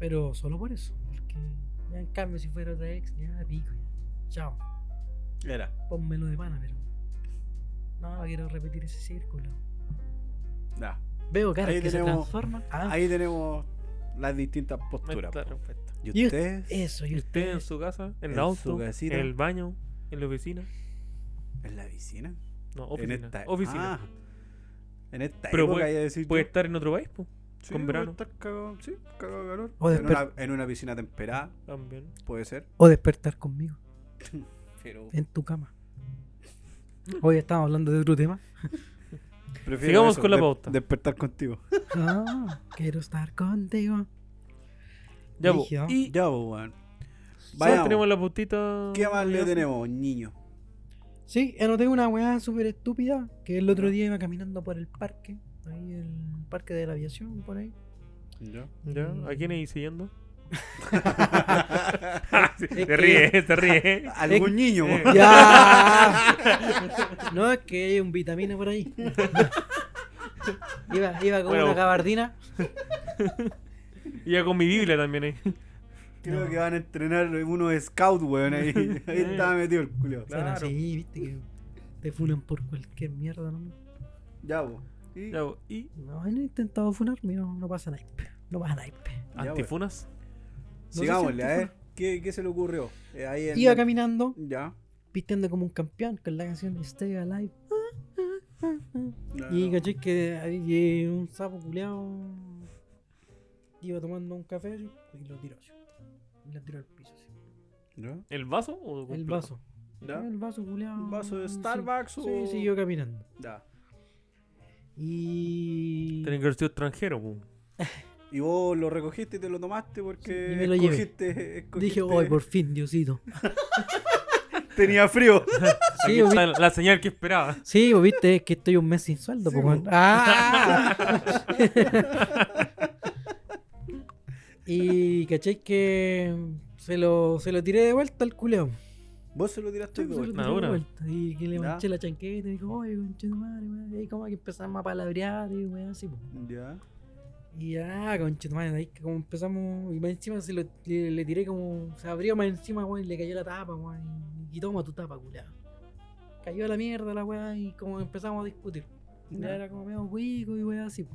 S3: Pero solo por eso, porque ya en cambio si fuera otra ex, ya pico, ya. Chao,
S4: Era.
S3: pónmelo de pana, pero... No, quiero repetir ese círculo.
S4: Nah.
S3: Veo caras
S4: Ahí
S3: que se
S4: tenemos-
S3: transforman. Ah,
S4: Ahí tenemos las distintas posturas.
S2: Está
S4: po.
S2: perfecto.
S4: ¿Y
S3: Y
S4: ustedes?
S3: Eso,
S2: ¿Y
S3: y
S2: usted en su casa? ¿En el
S4: En
S2: auto?
S4: su casita.
S2: ¿En el baño? ¿En la oficina?
S4: ¿En la piscina?
S2: No,
S4: En
S2: oficina.
S4: esta,
S2: oficina.
S4: Ah, en esta
S2: Pero
S4: época
S2: puede-
S4: ya decir
S2: Puede
S4: yo,
S2: estar en otro país, pues.
S4: sí,
S2: con
S4: voy a
S2: verano.
S4: estar cagado, sí, cagado de calor.
S3: O
S4: en,
S3: desper-
S4: una, en una piscina temperada,
S2: También.
S4: puede ser.
S3: O despertar conmigo
S4: Pero
S3: en tu cama. Hoy estamos hablando de otro tema.
S4: prefiero
S2: Sigamos con la
S4: de-
S2: pauta.
S4: Despertar contigo.
S3: Ah, quiero estar contigo.
S2: Ya, po.
S3: Brígido.
S2: Y
S4: Ya, pues, weón.
S2: ya
S3: pues.
S4: Vayamos.
S2: tenemos la puntita.
S4: ¿Qué más le tenemos, niño?
S3: Sí, anoté una weá súper estúpida que el otro día iba caminando por el parque. Ahí el parque de la aviación, por ahí. Mm.
S4: ¿Ya?
S2: Ya, ¿a quién es siguiendo?
S4: Ah,
S3: Es
S2: te
S3: que-
S2: ríe, te ríe.
S4: Algún niño,
S2: eh,
S4: weón.
S3: ¡Ya! No, es que hay un vitamina por ahí. Iba, iba con
S2: Bueno.
S3: una gabardina.
S2: Y ya con mi Biblia también ahí.
S4: Creo que van a entrenar unos scout, weón. Ahí, ahí estaba metido el culo.
S3: Son
S2: Claro.
S3: así, viste, que te funan por cualquier mierda, ¿no?
S4: Ya, pues. Y-
S2: Ya, po. Y
S3: No, han intentado funarme, no, no pasa naipe. No pasa naipe.
S4: Ya,
S2: antifunas.
S3: si
S4: Sigámosle, a ver.
S3: antifa-
S4: ¿Qué, qué se le ocurrió? Eh, ahí en-
S3: Iba caminando,
S4: Ya.
S3: vistiendo como un campeón con la canción Stay Alive.
S4: No,
S3: Y
S4: no.
S3: caché que había un sapo culeado iba tomando un café así, y lo tiró así. Y lo tiró al piso así.
S4: ¿Ya?
S2: ¿El vaso o
S3: El
S2: completo?
S3: vaso.
S4: ¿Ya?
S3: El vaso culeado.
S4: ¿Un vaso de Starbucks oh.
S3: sí,
S4: o...?
S3: Sí, siguió caminando.
S4: Ya.
S3: Y.
S2: Tienen que haber sido pues. extranjero, po.
S4: Y vos lo recogiste y te lo tomaste porque
S3: Sí, y me lo llevé.
S4: escogiste, escogiste-
S3: Dije, hoy por fin, Diosito.
S4: Tenía frío.
S2: Aquí
S3: Sí, vos
S2: está la, la señal que esperaba.
S3: Sí, vos viste, es que estoy un mes sin sueldo, po, weón. ¡Ah! y caché que se lo, se lo tiré de vuelta al culeón.
S4: Vos se lo tiraste de vuelta.
S2: Madura.
S3: Y que le
S4: Ya.
S3: manché la chanqueta y dijo, oye, conche tu madre, weón. Y ahí como que empezamos a palabrear y weón, así, po.
S4: Ya.
S3: Y ya, conche tu madre, ahí que como empezamos. Y más encima se lo, le, le tiré como. Se abrió más encima, weón, y le cayó la tapa, weón. Y toma tu tapa, culeado. Cayó a la mierda la weá y como empezamos a discutir. Ya era como medio hueco y weá así. po.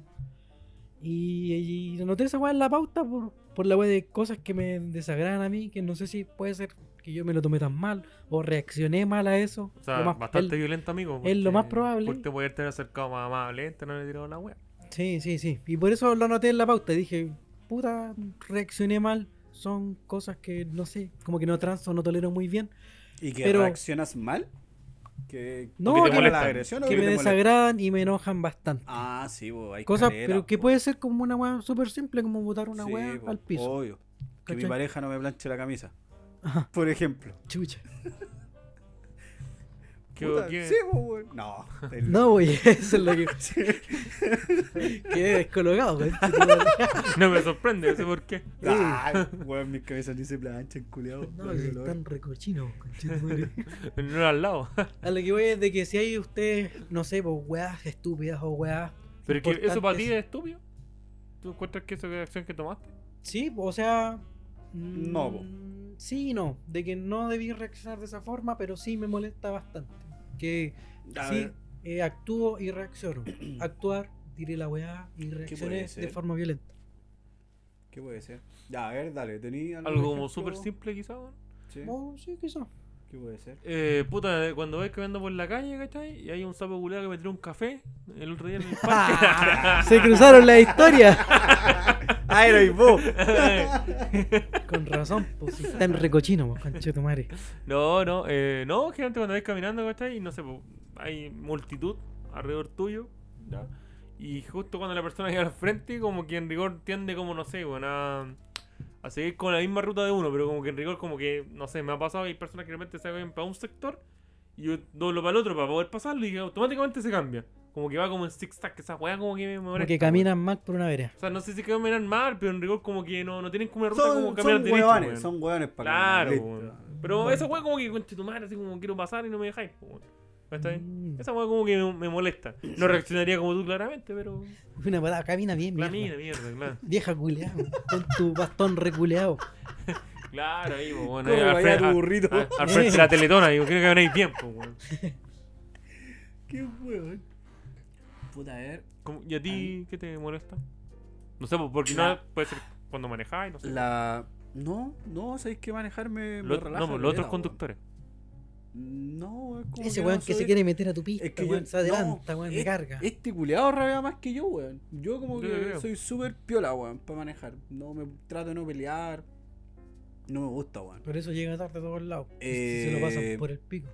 S3: Y, y anoté esa weá en la pauta por, por la weá de cosas que me desagradan a mí, que no sé si puede ser que yo me lo tomé tan mal o reaccioné mal a eso.
S2: O sea,
S3: Lo más-
S2: bastante
S3: el-
S2: violento, amigo.
S3: es lo
S2: porque-
S3: más probable.
S2: Porque te podías haber acercado más amable, te no le tirado la wea.
S3: Sí, sí, sí. Y por eso lo anoté en la pauta. Dije, puta, reaccioné mal. Son cosas que no sé, como que no transo, no tolero muy bien.
S4: ¿Y que
S3: Pero-
S4: reaccionas mal? ¿Que
S3: No,
S4: que
S3: que-
S4: te mola la
S2: molestan.
S4: agresión o
S3: Que
S4: que
S3: me
S4: te molesta?
S3: desagradan y me enojan bastante.
S4: Ah, sí, vos. Hay
S3: Cosas,
S4: caleta,
S3: pero que
S4: po.
S3: puede ser como una weá súper simple, como botar una
S4: Sí,
S3: weá
S4: po, Oh.
S3: al piso.
S4: Obvio. Que mi
S3: ¿Cachai?
S4: pareja no me planche la camisa.
S3: Ajá.
S4: Por ejemplo.
S3: Chucha.
S2: ¿Qué-
S4: Puta,
S2: qué-
S4: Sí, po, weón. No. el-
S3: No, güey, eso es lo que. Quedé descolocado, güey.
S2: No me sorprende, no sé por qué.
S4: Ah, weón, mis cabezas ni se planchan, culiao.
S3: No,
S4: Lo que
S3: que
S4: lo-
S3: están recochinos, conchetumare.
S2: No era al lado.
S3: A lo que voy es de que si hay ustedes, no sé, pues weas estúpidas o weas.
S2: Pero que eso para ti
S3: importantes.
S2: es estúpido. ¿Tú encuentras que esa acción que tomaste?
S3: Sí, pues, o sea. mm,
S4: No, pues. po.
S3: Sí y no. De que no debí reaccionar de esa forma, pero sí me molesta bastante. Que
S4: A
S3: sí,
S4: ver,
S3: eh, actúo y reacciono. Actuar, tiré la wea y reaccioné de
S4: ser?
S3: forma violenta.
S4: ¿Qué puede ser? Ya, a ver, dale. ¿Tení algún
S2: Algo como
S4: ejemplo?
S2: súper simple, quizás. ¿no?
S4: Sí,
S3: Oh, sí, quizás.
S4: ¿Qué puede ser?
S2: Eh, puta, eh, cuando vais caminando por la calle, ¿cachai? Y hay un sapo culiao que me tiró un café el otro día en el parque.
S3: Se cruzaron la historia.
S4: ¡Ah, era y vos!
S3: Con razón, pues si están recochinos, pues conche tu madre.
S2: no, no, eh, no, generalmente cuando vais caminando, ¿cachai? Y no sé, po, hay multitud alrededor tuyo, ¿ya? Y justo cuando la persona llega al frente, como que en rigor tiende como, no sé, bueno, a, a seguir con la misma ruta de uno, pero como que en rigor, como que, no sé, me ha pasado, hay personas que realmente se van para un sector y yo doblo para el otro para poder pasarlo y automáticamente se cambia. Como que va como en zig-zag, esa weá como que me molesta,
S3: Porque
S2: weón.
S3: caminan mal por una vereda.
S2: O sea, no sé si caminan mal, pero en rigor como que no, no tienen como una ruta como
S4: Son,
S2: caminar
S4: son
S2: derecho,
S4: hueones,
S2: weón.
S4: son hueones para
S2: Claro,
S4: caminar,
S2: weón.
S4: listo.
S2: Pero esa weá como que conche tu madre, así como quiero pasar y no me dejáis, po, weón. ¿Cachai?
S3: Mm.
S2: Esa weá como que me, me molesta. No reaccionaría como tú claramente, pero.
S3: Una parada, camina bien,
S2: La
S3: mierda.
S2: mina, mierda, claro.
S3: Vieja culeado, con tu bastón reculeado.
S2: Claro, ahí, po, weón.
S4: ¿Cómo
S2: ahí,
S4: vaya
S2: frente-
S4: tu burrito?
S2: a- al frente de la teletona, digo, quiero que ganéis bien, po, weón.
S4: ¡Qué hueón! Puta, a ver.
S2: Como- ¿Y a ti qué te molesta? No sé, po, porque no puede ser cuando manejáis, no sé.
S4: La. No, no, sabéis que manejarme.
S2: Lo-
S4: me relaja
S2: no, pues, los
S4: caleta,
S2: otros
S4: weón.
S2: conductores.
S4: No, es como.
S3: Ese
S4: no
S3: weón que se
S4: soy-
S3: quiere meter a tu pista,
S4: Es que
S3: weón,
S4: yo-
S3: se adelanta,
S4: no,
S3: weón,
S4: es-
S3: me carga.
S4: Este culeado rabia más que yo, weón. Yo como
S2: Yo
S4: que
S2: te creo.
S4: soy súper piola, weón, para manejar. No me trato de no pelear. No me gusta, weón.
S3: Por eso llega tarde a todos lados.
S4: Eh,
S3: Se lo pasan por el pico.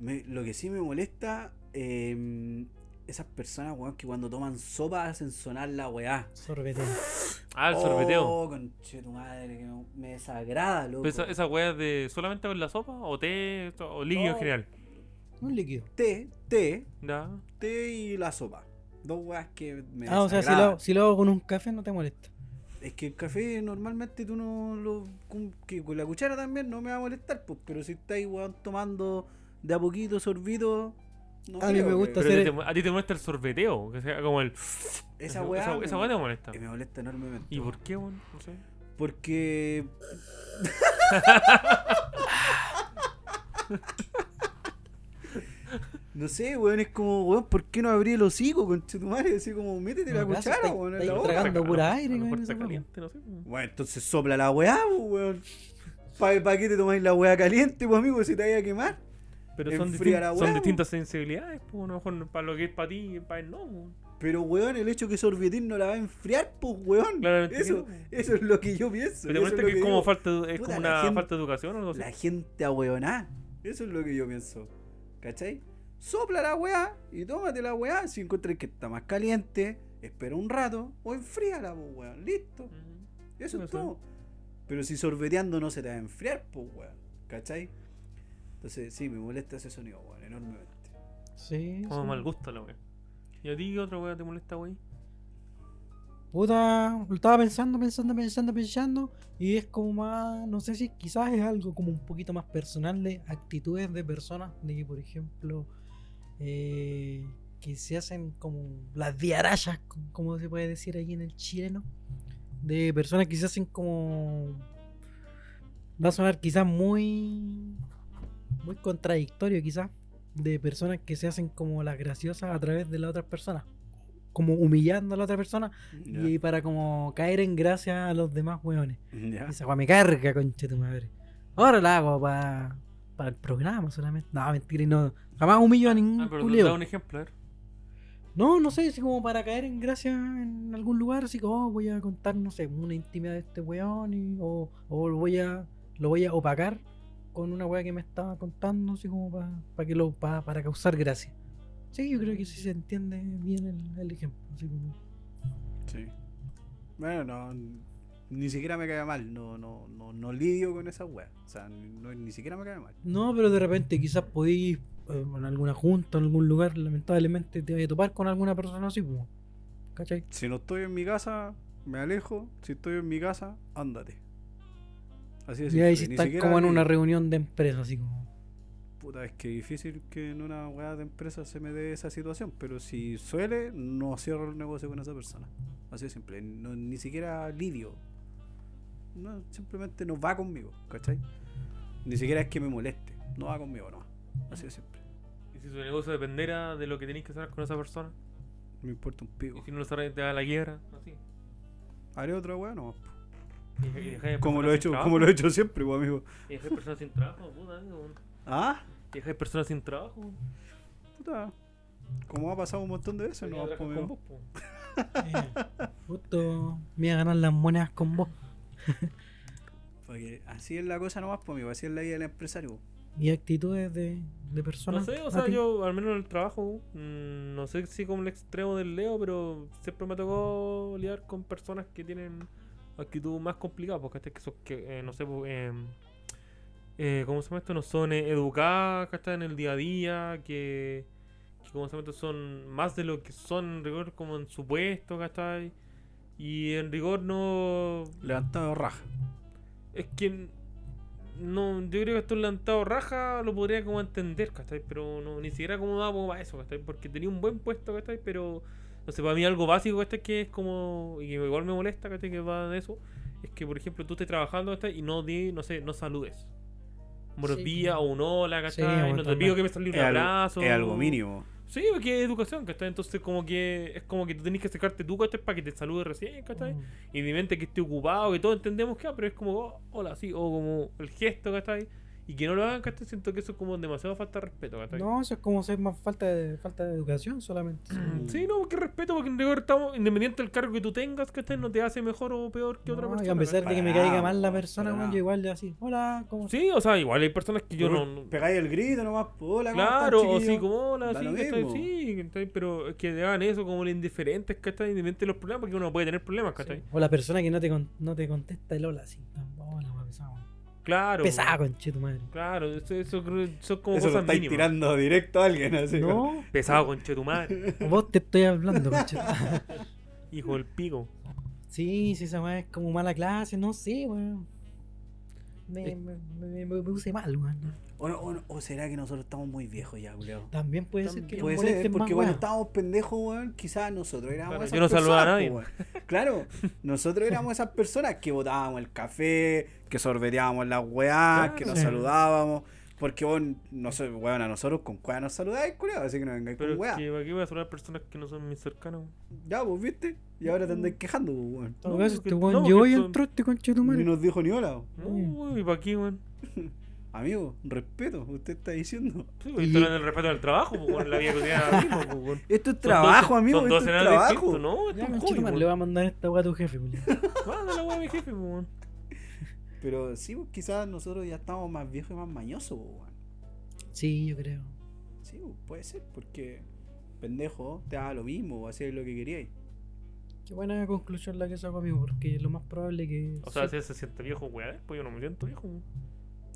S4: Me- lo que sí me molesta, eh, esas personas, weón, que cuando toman sopa hacen sonar la weá.
S3: Sorbetón.
S2: Ah, el sorbeteo.
S4: Oh, conche tu madre, que me- me desagrada, loco.
S2: Pero Pues esa, esa weá es de solamente con la sopa o té esto, o líquido en
S4: No.
S2: general.
S3: Un líquido.
S4: Té, té,
S2: Ya.
S4: té y la sopa. Dos weas que me
S3: Ah, o sea, si lo,
S4: desagradan.
S3: hago- si lo hago con un café no te molesta.
S4: Es que el café normalmente tú no lo. Con, que con la cuchara también no me va a molestar, pues, pero si estáis weón tomando de a poquito sorbido. No
S3: A mí
S4: creo
S3: me
S4: que-
S3: gusta
S2: Pero a
S3: hacer-
S2: ti te- a ti te molesta el sorbeteo, que sea como el.
S4: Esa
S2: esa-
S4: weá.
S2: esa-
S4: me-
S2: esa weá te molesta.
S4: eh, me molesta enormemente.
S2: ¿Y por qué, weón? No sé.
S4: Porque. no sé, weón, es como, weón, ¿por qué no abrí el hocico con tu madre? Así como, métete la
S3: No, gracias,
S4: cuchara,
S3: estáis-
S4: weón, en
S3: estáis
S4: la boca.
S3: tragando
S2: Está
S3: pura
S2: calado,
S3: aire,
S2: a lo
S3: weón,
S2: mejor
S3: esa
S2: está
S3: weá.
S2: caliente, no sé. weón.
S4: Bueno, entonces sopla la weá, pues, weón. ¿Para qué te tomáis la weá caliente, pues, amigo, si te vaya a quemar?
S2: Pero son,
S4: Enfría
S2: distin-
S4: la
S2: son
S4: weá,
S2: distintas sensibilidades, pues a lo mejor para lo que es para ti y para él no. weón.
S4: Pero, weón, el hecho que sorbetín no la va a enfriar, pues, weón.
S2: Claramente que
S4: eso,
S2: no.
S4: eso es lo que yo pienso.
S2: Pero te
S4: eso es
S2: molesta
S4: lo
S2: que es como
S4: digo.
S2: falta de- es
S4: Puta,
S2: como
S4: la
S2: una
S4: gente-
S2: falta de educación o algo así.
S4: La gente ahueoná. Eso es lo que yo pienso. ¿Cachai? Sopla la weá y tómate la weá. Si encuentras que está más caliente, espera un rato o enfríala, pues weón. Listo.
S2: Ujú.
S4: Eso
S2: Puede
S4: es
S2: ser.
S4: todo. Pero si sorbeteando no se te va a enfriar, pues weón. ¿Cachai? Entonces, sí, me molesta ese sonido, weón, enormemente.
S3: Sí.
S2: Como
S3: sí.
S2: mal gusto la wea. ¿Y a ti qué otra wea te molesta, wey?
S3: Puta, lo estaba pensando, pensando, pensando, pensando. Y es como más, no sé si quizás es algo como un poquito más personal de actitudes de personas. De que, por ejemplo, eh, que se hacen como las diarayas, co- como se puede decir ahí en el chileno. De personas que se hacen como... Va a sonar quizás muy... Muy contradictorio quizás. De personas que se hacen como las graciosas a través de las otras personas. Como humillando a la otra persona y para como caer en gracia a los demás hueones.
S4: Ya.
S3: Esa weá me carga, concha de tu madre. Ahora la hago para el programa solamente. No, mentira, no. Jamás humillo a ningún
S2: Ah, pero
S3: culiao.
S2: da un ejemplo, a ver.
S3: No, no sé, así como para caer en gracia en algún lugar, así como oh, voy a contar, no sé, una intimidad de este weón y- o, o lo voy a lo voy a opacar con una weá que me estaba contando, así como para que lo pa- para causar gracia. Sí, yo creo que sí se entiende bien el, el ejemplo, así como
S4: Sí. Bueno, no. Ni siquiera me cae mal. No, no, no, no lidio con esa weá. O sea, no- ni siquiera me cae mal.
S3: No, pero de repente quizás podéis eh, en alguna junta, en algún lugar, lamentablemente te vayas a topar con alguna persona así, pues. ¿Cachai?
S4: Si no estoy en mi casa, me alejo. Si estoy en mi casa, ándate. Así de
S3: Y ahí
S4: simple,
S3: sí
S4: ni
S3: estás
S4: siquiera
S3: como en
S4: le-
S3: una reunión de empresa, así como.
S4: Puta, es que difícil que en una weá de empresa se me dé esa situación. Pero si suele, no cierro el negocio con esa persona. Así de simple. no- ni siquiera lidio. No, simplemente no va conmigo, ¿cachai? Ni siquiera es que me moleste. No va conmigo, no. Así de simple.
S2: ¿Y si su negocio dependiera de lo que tenéis que hacer con esa persona?
S4: Me importa un
S2: ¿Y
S4: pico.
S2: si no lo cerráis te da la quiebra? Así.
S4: Haré otra weá, no.
S2: Y- y dejáis a
S4: Como
S2: personas
S4: lo he
S2: sin
S4: hecho,
S2: trabajo.
S4: como lo he hecho siempre, pues, amigo.
S2: Y dejáis personas sin trabajo, puta, amigo, weón.
S4: ¿Ah?
S2: Y dejáis personas sin trabajo. weón.
S4: Puta. Como ha pasado un montón de veces,
S2: Porque
S4: no
S2: trabajan
S4: pues,
S2: con
S4: amigo.
S2: vos, po.
S3: eh, justo me iba a ganar las monedas con vos.
S4: Porque así es la cosa nomás, pues, amigo. Así es la vida del empresario.
S3: Y actitudes de, de
S2: No
S3: personas.
S2: sé, o
S3: a
S2: sea,
S3: ti.
S2: yo al menos en el trabajo, mm, no sé si como el extremo del Leo, pero siempre me tocó lidiar con personas que tienen actitud más complicada, porque que son que, eh, no sé, pues, eh, eh, ¿cómo se llama esto? No son eh, educadas, que están en el día a día, que, que ¿cómo se llama esto? Son más de lo que son en rigor, como en su puesto, ¿cachai? Y en rigor no...
S4: Levantado raja.
S2: Es que no, yo creo que esto levantado raja lo podría como entender, ¿cachai? Pero no, ni siquiera como va como para eso, ¿cachai? Porque tenía un buen puesto, ¿cachai? Pero, no sé, para mí algo básico, ¿cachai? Que es como, y que igual me molesta, ¿cachai? Que va de eso, es que, por ejemplo, tú estés trabajando, ¿cachai? Y no di, no sé, no saludes. Un Buenos
S3: Sí,
S2: días o un hola,
S3: Sí,
S2: ¿cachai?
S3: bueno,
S2: no te
S3: también.
S2: pido que me salga un abrazo.
S4: es algo mínimo.
S2: Sí, porque es educación, ¿cachai? Entonces como que es como que tú tenés que sacarte tú, ¿cachai? Para que te salude recién, ¿cachai? Y mi mente que esté ocupado, que todos entendemos que, ah, pero es como, oh, hola, sí, o como el gesto, ¿cachai? Y que no lo hagan, ¿cachai? Siento que eso es como demasiado falta de respeto, ¿cachai?
S3: No, eso es como ser más falta de, falta de educación solamente.
S2: Sí, no, porque respeto, porque en rigor estamos, independiente del cargo que tú tengas, ¿cachai? No te hace mejor o peor que otra
S3: No,
S2: persona.
S3: y a pesar de que me
S4: Para
S3: caiga
S4: nada,
S3: mal la
S4: po,
S3: persona,
S4: para
S3: weón,
S4: nada.
S3: yo igual de así, hola, ¿cómo
S2: ¿cachai? Sí, o sea, igual hay personas que yo no- no
S4: Pegáis el grito nomás, hola, ¿cómo están,
S2: Claro, o sí,
S4: chiquillos?
S2: como hola,
S4: Da
S2: sí,
S4: lo
S2: ¿cachai?
S4: mismo.
S2: Sí, ¿cachai? pero es que hagan eso como los indiferentes, ¿cachai? Independiente de los problemas, porque uno puede tener problemas, ¿cachai?
S3: O la persona que no te, con- no te contesta el hola, así. Hola, weón, pesado. weón.
S2: Claro.
S3: Pesado, conche tu madre.
S2: Claro, eso, eso creo- son como
S4: Eso lo
S2: cosas
S4: estáis
S2: mínimas.
S4: tirando directo a alguien, así. como-
S3: No,
S2: Pesado con Chetumar,
S3: vos te estoy hablando, conche.
S2: hijo del pico.
S3: Sí, sí, esa weá es como mala clase, no sé, weón. Me,
S2: Es-
S3: me, me, me puse mal, weón.
S4: O, no- o no- o será que nosotros estamos muy viejos ya, culiao?
S3: También puede ser que
S2: También.
S3: nos
S4: Puede
S3: molesten
S4: ser, porque
S3: más,
S4: cuando
S3: weón.
S4: estábamos pendejos, weón, quizás nosotros éramos
S2: Claro,
S4: esas
S2: yo no saludaba a
S4: personas,
S2: nadie.
S4: po, weón. Claro, nosotros éramos esas personas que botábamos el café, que sorbeteábamos las weás, que nos
S3: Claro.
S4: saludábamos. Porque vos, no sé, weón, a nosotros con cuál nos saludáis, culiao, así que no vengáis
S2: Pero
S4: con
S2: es
S4: weá.
S2: que aquí voy a saludar a personas que no son mis cercanos.
S4: Ya, pues, viste. Y ahora te andáis quejando, pues, weón.
S3: En todo
S2: No,
S3: caso,
S2: porque-
S3: este weón
S2: no,
S3: llegó
S2: porque
S3: y
S2: son-
S3: entró este conche tu
S4: Ni
S3: madre.
S4: nos dijo ni hola, po.
S2: No, weón, y para aquí, weón.
S4: amigo, respeto, usted está diciendo.
S2: Sí, weón, estoy hablando del respeto del trabajo, pues, weón, la vida cotidiana ahora mismo, pues, weón.
S4: Esto es
S2: Son
S4: trabajo,
S2: dos-
S4: amigo,
S2: son
S4: esto
S2: dos
S4: es
S2: escenarios
S4: trabajo.
S2: distintos, No, esto
S3: Ya,
S2: es un
S3: conche tu
S2: hobby,
S3: madre,
S2: weón.
S3: le va a mandar esta weá a tu jefe, weón.
S2: Mándala, weón, a mi jefe, pues, weón.
S4: Pero sí, pues, quizás nosotros ya estamos más viejos y más mañosos, pues, weón.
S3: Sí, yo creo.
S4: Sí, pues, puede ser, porque pendejo, te haga lo mismo, hacer lo que queríais.
S3: Qué buena conclusión la que saco, amigo, porque lo más probable que.
S2: O sea,
S3: sí.
S2: si él se siente viejo, weón, pues yo no me siento viejo, weón.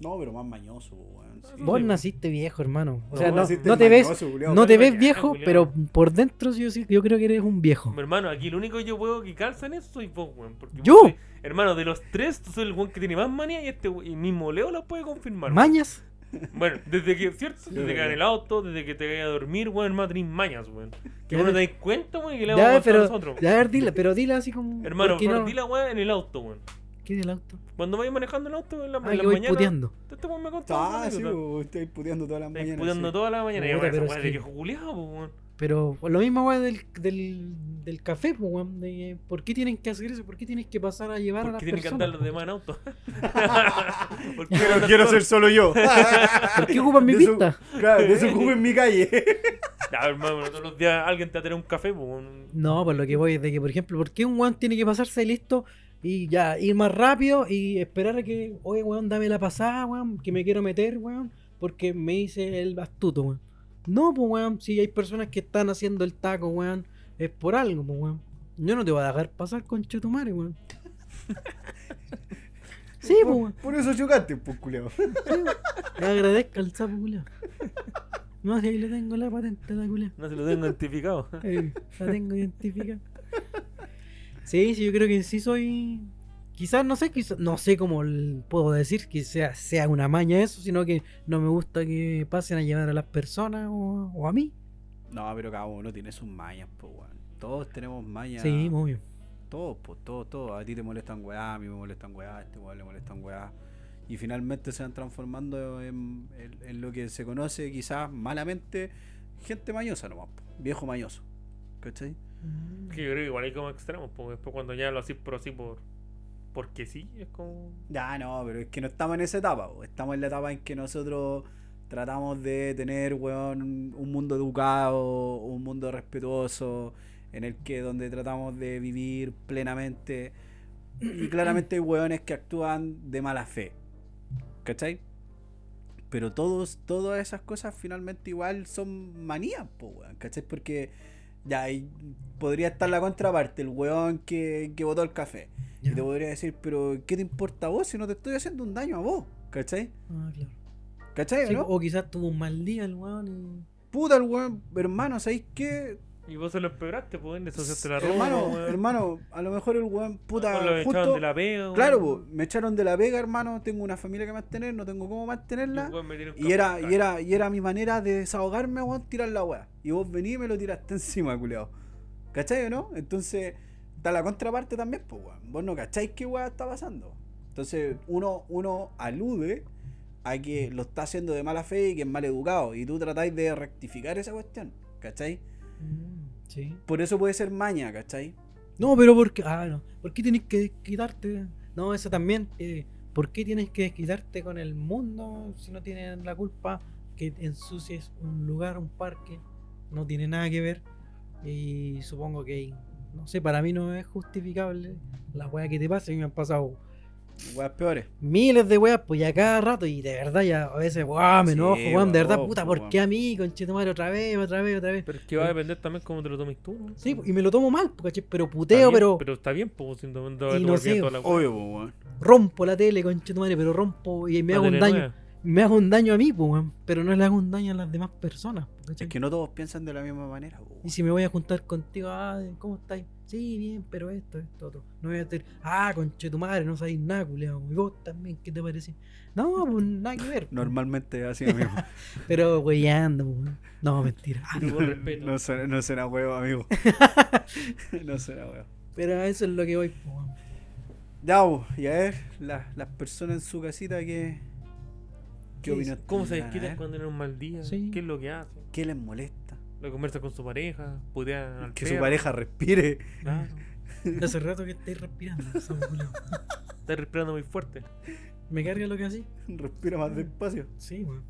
S4: No, pero más mañoso, pues, weón.
S2: Ah,
S4: sí.
S2: no
S3: Vos
S2: sé.
S3: naciste viejo, hermano. O
S4: No,
S3: sea,
S4: vos
S3: no,
S4: naciste
S3: no te ves,
S4: mañoso, culiao.
S3: no te
S2: Pero
S3: ves
S2: ya,
S3: viejo,
S2: culiao.
S3: pero por dentro yo, sí- yo creo que eres un viejo.
S2: Mi hermano, aquí el único yo puedo que calza en eso soy vos, weón. Porque vos
S3: ¿Yo?
S2: sois- hermano, de los tres, tú soy el weón que tiene más manía y este we- y mismo Leo lo puede confirmar. weón.
S3: Mañas.
S2: Bueno, desde que, ¿cierto? Desde que
S4: verdad.
S2: en el auto, desde que te vayas a dormir, weón, hermano, tenés mañas, weón. Que
S3: Ya,
S2: vos no
S3: pero-
S2: te dais cuenta, weón, y que le vamos a
S3: Ya,
S2: contar a
S3: pero,
S2: nosotros.
S3: ya, a ver, dile, pero dile así como.
S2: Hermano,
S3: porque
S2: pero
S3: no-
S2: di la weón en el auto, weón.
S3: ¿Qué del auto?
S2: Cuando vayas manejando el auto en la,
S3: Ah,
S2: en
S3: que
S2: la
S3: voy
S2: mañana.
S3: puteando.
S2: Este weón me contó.
S4: Ah,
S2: una
S4: sí,
S2: anécdota.
S4: pues, estáis puteando todas las
S2: Estáis
S4: mañana.
S2: puteando
S4: sí.
S2: toda la mañana. Y
S3: Puta,
S2: weón, esa
S3: pero
S2: weón de
S3: es que-
S2: viejo culiado, pues, weón.
S3: Pero lo mismo, weón, del, del, del café, pues, weón. de, ¿Por qué tienen que hacer eso? ¿Por qué tienes que pasar a llevar a
S2: ¿Por
S3: las
S2: qué tienen que andar
S3: personas?
S2: los demás en auto? ¿Por qué
S4: Quiero,
S2: andas
S4: quiero
S2: solo?
S4: ser solo yo.
S3: ¿Por qué ocupan mi
S4: De su-
S3: pista?
S4: Claro, desocupen mi calle.
S2: Ya, hermano, todos los días alguien te va a tener un café, pues, weón.
S3: No, pues lo que voy es de que, por ejemplo, ¿por qué un weón tiene que pasarse listo y ya ir más rápido y esperar a que, oye, weón, dame la pasada, weón, que me quiero meter, weón, porque me dice el astuto, weón? No, pues, weón, si hay personas que están haciendo el taco, weón, es por algo, pues, weón. Yo no te voy a dejar pasar con Chetumare, weón. sí, pues, weón.
S4: Por, por eso chocaste, pues, culiao.
S3: Le agradezco al sapo, culiao. No, si ahí le tengo la patente a la culiao.
S2: No se lo tengo identificado.
S3: Eh, La tengo identificada. Sí, sí, yo creo que sí soy. Quizás, no sé, quizás, no sé cómo l- puedo decir que sea, sea una maña eso, sino que no me gusta que pasen a llevar a las personas o, o a mí.
S4: No, pero cada uno tiene sus mañas, pues, weón. Todos tenemos mañas.
S3: Sí, obvio.
S4: Todos, pues, todos, todos. A ti te molestan weá, a mí me molestan weá, a este weón le molestan weá. Y finalmente se van transformando en, en- en lo que se conoce quizás malamente gente mañosa nomás, po, viejo mañoso. ¿Cachai?
S3: Mm.
S2: Que yo creo que igual hay como extremos, porque después cuando ya lo haces pero así por. Porque sí, es como.
S4: Ya, no, pero es que no estamos en esa etapa, po. estamos en la etapa en que nosotros tratamos de tener, weón, un un mundo educado, un mundo respetuoso, en el que donde tratamos de vivir plenamente. Y claramente hay weones que actúan de mala fe. ¿Cachai? Pero todos, todas esas cosas finalmente igual son manías, po, weón, ¿cachai? Porque ya ahí podría estar la contraparte, el weón que, que botó el café.
S3: Ya.
S4: Y te podría decir, pero ¿qué te importa a vos si no te estoy haciendo un daño a vos? ¿Cachai?
S3: Ah, claro.
S4: ¿Cachai?
S3: Sí,
S4: no?
S3: o quizás tuvo un mal día el weón.
S4: Puta el weón, hermano, ¿sabéis qué?
S2: Y vos se lo empeoraste, pues, en asociaste la ropa.
S4: hermano,
S2: weón.
S4: hermano, a lo mejor el weón, puta,
S2: Vos lo echaron
S4: justo...
S2: de la pega,
S4: Claro, po, me echaron de la pega, hermano, tengo una familia que mantener, no tengo cómo mantenerla. Y era, y era, y era mi manera de desahogarme, weón, tirar la weá. Y vos venís y me lo tiraste encima, culeado. ¿Cachai o no? Entonces, está la contraparte también, pues, weón. Vos no cacháis qué weá está pasando. Entonces, uno, uno alude a que lo está haciendo de mala fe y que es mal educado. Y tú tratáis de rectificar esa cuestión. ¿cachai?
S3: Mm. Sí.
S4: Por eso puede ser maña, ¿cachai?
S3: No, pero ¿por qué? Ah, no. ¿Por qué tienes que quitarte? No, eso también. eh, ¿Por qué tienes que quitarte con el mundo si no tienen la culpa que ensucies un lugar, un parque? No tiene nada que ver. Y supongo que, no sé, para mí no es justificable la weá que te pasa. A mí me han pasado
S4: Weas peores.
S3: miles de weas, pues ya cada rato. Y de verdad, ya a veces, guau, me
S4: Sí,
S3: enojo, weón. De verdad,
S4: weón,
S3: puta,
S4: pues,
S3: ¿por qué a mí, conchetumare, otra vez, otra vez, otra vez?
S2: Pero es que va a depender también cómo te lo tomes tú. ¿no?
S3: Sí, y me lo tomo mal, pues, ¿cachai? Pero
S2: Está
S3: puteo,
S2: bien,
S3: pero.
S2: Pero está bien, pues, sin tomar
S3: Y no sé,
S2: toda la wea.
S4: Obvio, po, weón.
S3: rompo la tele, conchetumare, pero rompo y me
S2: La
S3: hago un
S2: tele
S3: daño.
S2: nueva.
S3: Me hago un daño a mí, pues, weón, pero no le hago un daño a las demás personas. po, ¿cachai?
S4: Es que no todos piensan de la misma manera, po,
S3: Y
S4: weón.
S3: si me voy a juntar contigo, ah, ¿cómo estáis? Sí, bien, pero esto, esto, otro. No voy a decir, ah, conchetumare, no sabéis nada, culiao. Y vos también, ¿qué te parece? No, pues nada que ver. po.
S4: Normalmente es así, amigo.
S3: Pero weyando, po, weón. No, mentira. Ah,
S2: Yo con respeto.
S4: no, será, no será huevo, amigo. no será huevo.
S3: Pero a eso es lo que voy, po, weón.
S2: Ah.
S4: Ya, po, y a ver, la- las personas en su casita que. ¿Qué
S3: ¿Qué
S4: opinan?
S2: ¿Cómo se
S4: tendrán? A
S2: desquitan
S4: ver,
S2: cuando tienen un mal día?
S3: Sí.
S2: ¿Qué es lo que hace?
S4: ¿Qué les molesta?
S2: Lo conversa con su pareja, putean al
S4: Que su
S2: perro,
S4: pareja respire.
S2: claro.
S3: Hace rato que estáis respirando, son culiao.
S2: Está respirando muy fuerte.
S3: Me carga lo que así.
S4: Respira
S2: Mm.
S4: más despacio.
S3: Sí, weón.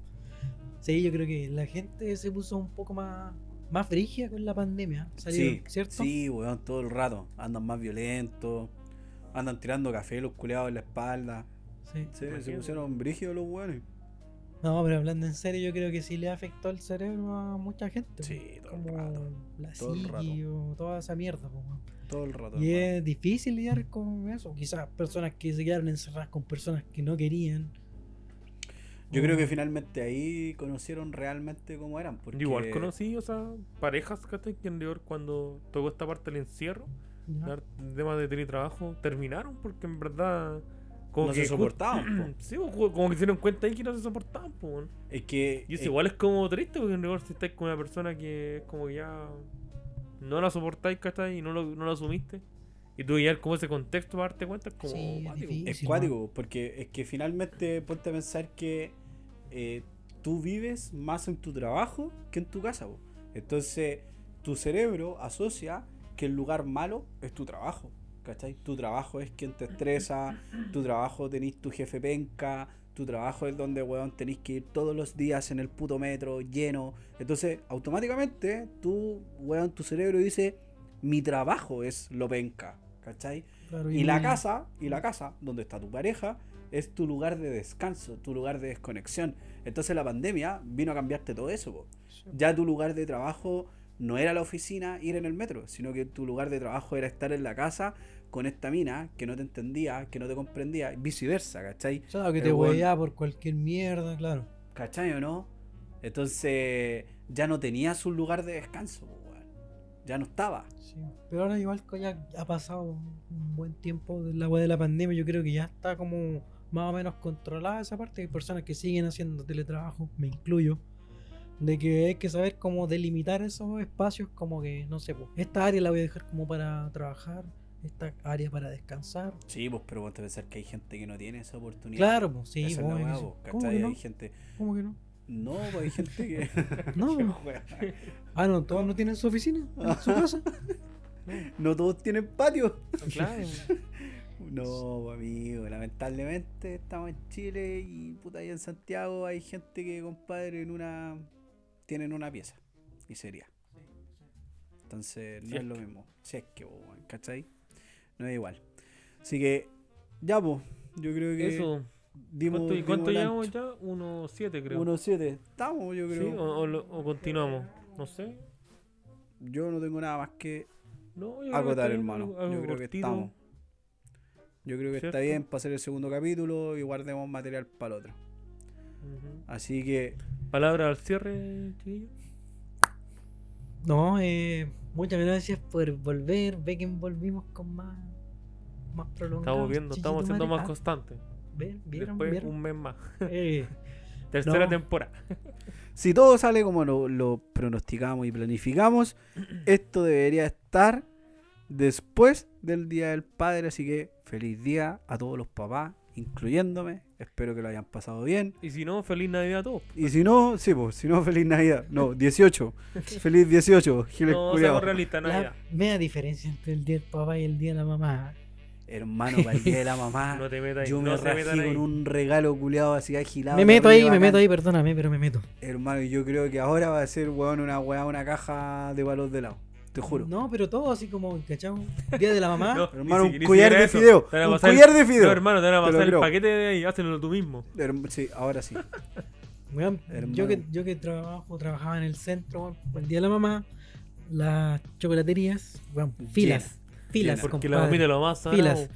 S3: Sí, yo creo que la gente se puso un poco más, más frigia con la pandemia. Salieron,
S4: sí,
S3: ¿cierto?
S4: sí, weón, todo el rato. Andan más violentos. Andan tirando café los culeados en la espalda.
S3: Sí.
S4: Sí, se
S2: Imagínate.
S4: pusieron brígidos los weones.
S3: No, pero hablando en serio, yo creo que sí le afectó el cerebro a mucha gente.
S4: Sí, todo el
S3: como
S4: rato.
S3: la
S4: todo el rato.
S3: psiqui o toda esa mierda. po, weón.
S4: Todo el rato.
S3: Y
S4: hermano.
S3: es difícil lidiar con eso. Quizás personas que se quedaron encerradas con personas que no querían.
S4: Yo creo que
S3: O-
S4: finalmente ahí conocieron realmente cómo eran. Porque...
S2: Yo Igual conocí, o sea, parejas, ¿cachai? Que en rigor cuando tocó esta parte del encierro,
S3: ¿no?
S2: dar temas de teletrabajo, terminaron porque en verdad... Como
S4: No
S2: que
S4: se
S2: ju-
S4: soportaban. po.
S2: Sí, pues, como como que se dieron cuenta ahí que no se soportaban, pues. weón.
S4: Es que.
S2: Y eso
S4: es-
S2: igual es como triste, porque en rigor si estáis con una persona que es como que ya no la soportáis, ¿cachai? Y no lo, no lo asumiste. Y tú ya como ese contexto para darte cuenta es como
S3: Sí, es
S2: cuático.
S3: difícil.
S4: Es
S3: Sí,
S4: cuático, porque es que finalmente ponte a pensar que eh, tú vives más en tu trabajo que en tu casa. po. Entonces, tu cerebro asocia que el lugar malo es tu trabajo. ¿Cachai? Tu trabajo es quien te estresa, tu trabajo tenés tu jefe penca, tu trabajo es donde, weón, tenés que ir todos los días en el puto metro lleno. Entonces, automáticamente, tú, weón, tu cerebro dice, mi trabajo es lo penca. ¿Cachai?
S3: Claro,
S4: Y la
S3: una-
S4: casa, y la casa donde está tu pareja, es tu lugar de descanso, tu lugar de desconexión. Entonces la pandemia vino a cambiarte todo eso. po. Ya tu lugar de trabajo no era la oficina, ir en el metro, sino que tu lugar de trabajo era estar en la casa con esta mina que no te entendía, que no te comprendía, y viceversa, ¿cachai?
S3: O sea, que
S4: el
S3: te
S4: weón-
S3: hueveaba por cualquier mierda, claro.
S4: ¿Cachai o no? Entonces ya no tenías un lugar de descanso, po, weón. ya no estaba.
S3: Sí, Pero ahora igual que ya ha pasado un buen tiempo de la wea de la pandemia, yo creo que ya está como más o menos controlada esa parte. Hay personas que siguen haciendo teletrabajo, me incluyo. De que hay que saber cómo delimitar esos espacios, como que, no sé, pues, esta área la voy a dejar como para trabajar, esta área para descansar.
S4: Sí, pues, pero ponte a pensar que hay gente que no tiene esa oportunidad.
S3: Claro, pues, sí,
S4: Esa es la
S3: obvio que
S4: weá,
S3: sí.
S4: po,
S3: ¿Cómo
S4: ¿cachai?
S3: que no?
S4: Hay gente
S3: ¿Cómo que no?
S4: No, pues hay gente que.
S3: No.
S4: Qué wea.
S3: Ah, no, todos no tienen su oficina, en su casa.
S4: no todos tienen patio.
S2: Claro.
S4: No, pues, amigo, lamentablemente estamos en Chile y puta, ahí en Santiago hay gente que, compadre, en una. tienen una pieza y sería. Entonces, no
S2: Si
S4: es,
S2: es
S4: lo
S2: que.
S4: mismo. Si es que, po, weón, ¿cachai? No es igual. Así que, ya, pues, yo creo que.
S2: Eso.
S4: dimos-
S2: ¿Cuánto,
S4: dimos
S2: cuánto
S4: el
S2: llevamos
S4: ancho.
S2: ya? Unos 7 creo.
S4: 1.7. Estamos, yo
S2: ¿Sí?
S4: creo.
S2: O, o lo- o continuamos. No sé.
S4: Yo no tengo nada más que
S2: No, yo creo que está
S4: agotar,
S2: bien,
S4: hermano.
S2: algo-
S4: Yo
S2: algo
S4: creo que
S2: cortito.
S4: estamos. Yo creo que está
S2: ¿Cierto?
S4: bien para hacer el segundo capítulo y guardemos material para el otro.
S2: Ujú.
S4: Así que,
S2: Palabra al cierre, chiquillo.
S3: No, eh, muchas gracias por volver. Ve que volvimos con más, más prolongado.
S2: Estamos viendo, estamos siendo más
S3: cosas.
S2: constantes.
S3: ah. ¿Vieron?
S2: Después
S3: ¿Vieron?
S2: un mes más.
S3: Eh,
S2: Tercera
S3: No.
S2: temporada.
S4: si todo sale como lo, lo pronosticamos y planificamos, esto debería estar después del Día del Padre. Así que, feliz día a todos los papás incluyéndome. Espero que lo hayan pasado bien.
S2: Y si no, feliz Navidad a todos.
S4: Y si no, sí, pues, si no, feliz Navidad. No, 18. feliz 18, Giles
S2: No
S4: culiao.
S2: seamos realistas, Navidad.
S3: La media diferencia entre el día del papá y el día de la mamá.
S4: Hermano, para el día de la mamá.
S2: No te metas ahí.
S4: Ah, yo me
S2: no te
S4: rajé
S2: metas ahí.
S4: con un regalo culiado así agilado.
S3: me meto ahí,
S4: terrible,
S3: me meto
S4: bacán.
S3: ahí, perdóname, pero me meto.
S4: Hermano, y yo creo que ahora va a ser, weón, una weá, una caja de balos de helado. Te juro.
S3: No, pero todo así como, ¿cachao? Día de la mamá.
S2: No,
S4: ah, Hermano,
S2: ni
S4: un
S2: si- ni
S4: collar
S2: siquiera
S4: de
S2: eso.
S4: fideo,
S2: Te van a
S4: un
S2: pasar el-
S4: collar de fideo.
S2: No, hermano, te van
S4: Te
S2: a
S4: lo
S2: pasar el
S4: creo.
S2: paquete de ahí. Hácelo tú mismo.
S4: Herm- Sí, ahora sí.
S3: Weón,
S4: Hermano.
S3: yo que, yo que trabajo, trabajaba en el centro, weón, por el día de la mamá, las chocolaterías, weón, filas, filas,
S2: Porque la
S3: compadre.
S2: mamita lo más sagrado.
S3: Filas.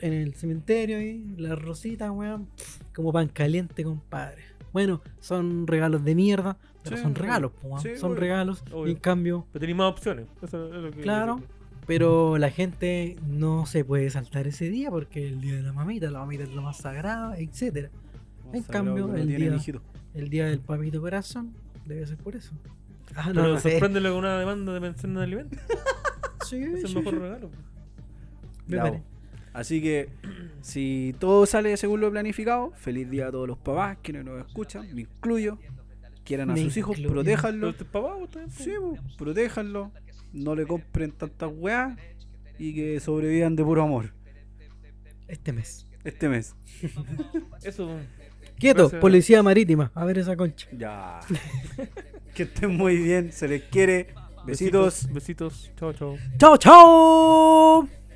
S3: En el cementerio, ahí, las rositas, weón, pff, como pan caliente, compadre. Bueno, son regalos de mierda, pero
S4: Sí,
S3: son
S4: obvio.
S3: regalos, po, weón,
S4: Sí,
S3: son
S4: obvio.
S3: regalos, y
S2: Obvio.
S3: en cambio,
S2: Pero tenéis más opciones. Eso es lo que
S3: Claro. pero la gente no se puede saltar ese día porque es el día de la mamita, la mamita es lo más sagrado, etcétera. En cambio,
S4: Sagrado que no
S3: el
S4: tienen,
S3: día-
S4: hijito.
S3: El día del papito corazón debe ser por eso. Ah,
S2: Pero
S3: sé.
S2: sorpréndelo con una demanda de pensión de alimentos.
S3: Sí,
S2: Es el
S3: sí,
S2: mejor
S3: sí.
S2: regalo.
S3: Me
S4: Bravo.
S3: parece.
S4: Así que, si todo sale según lo planificado, feliz día a todos los papás quienes nos escuchan, me incluyo. Quieran a
S3: Me
S4: sus hijos,
S3: incluyo.
S2: Pero
S4: protéjanlos.
S2: este es papá, vos también. po.
S4: Sí, bo, protéjanlos. No le compren tantas weas y que sobrevivan de puro amor
S3: Este mes.
S4: este mes.
S2: Eso.
S3: Quieto,
S2: Gracias.
S3: policía marítima. A ver esa concha.
S4: Ya. que estén muy bien, se les quiere. Besitos.
S2: Besitos. Chao, chao.
S3: ¡Chao, chao!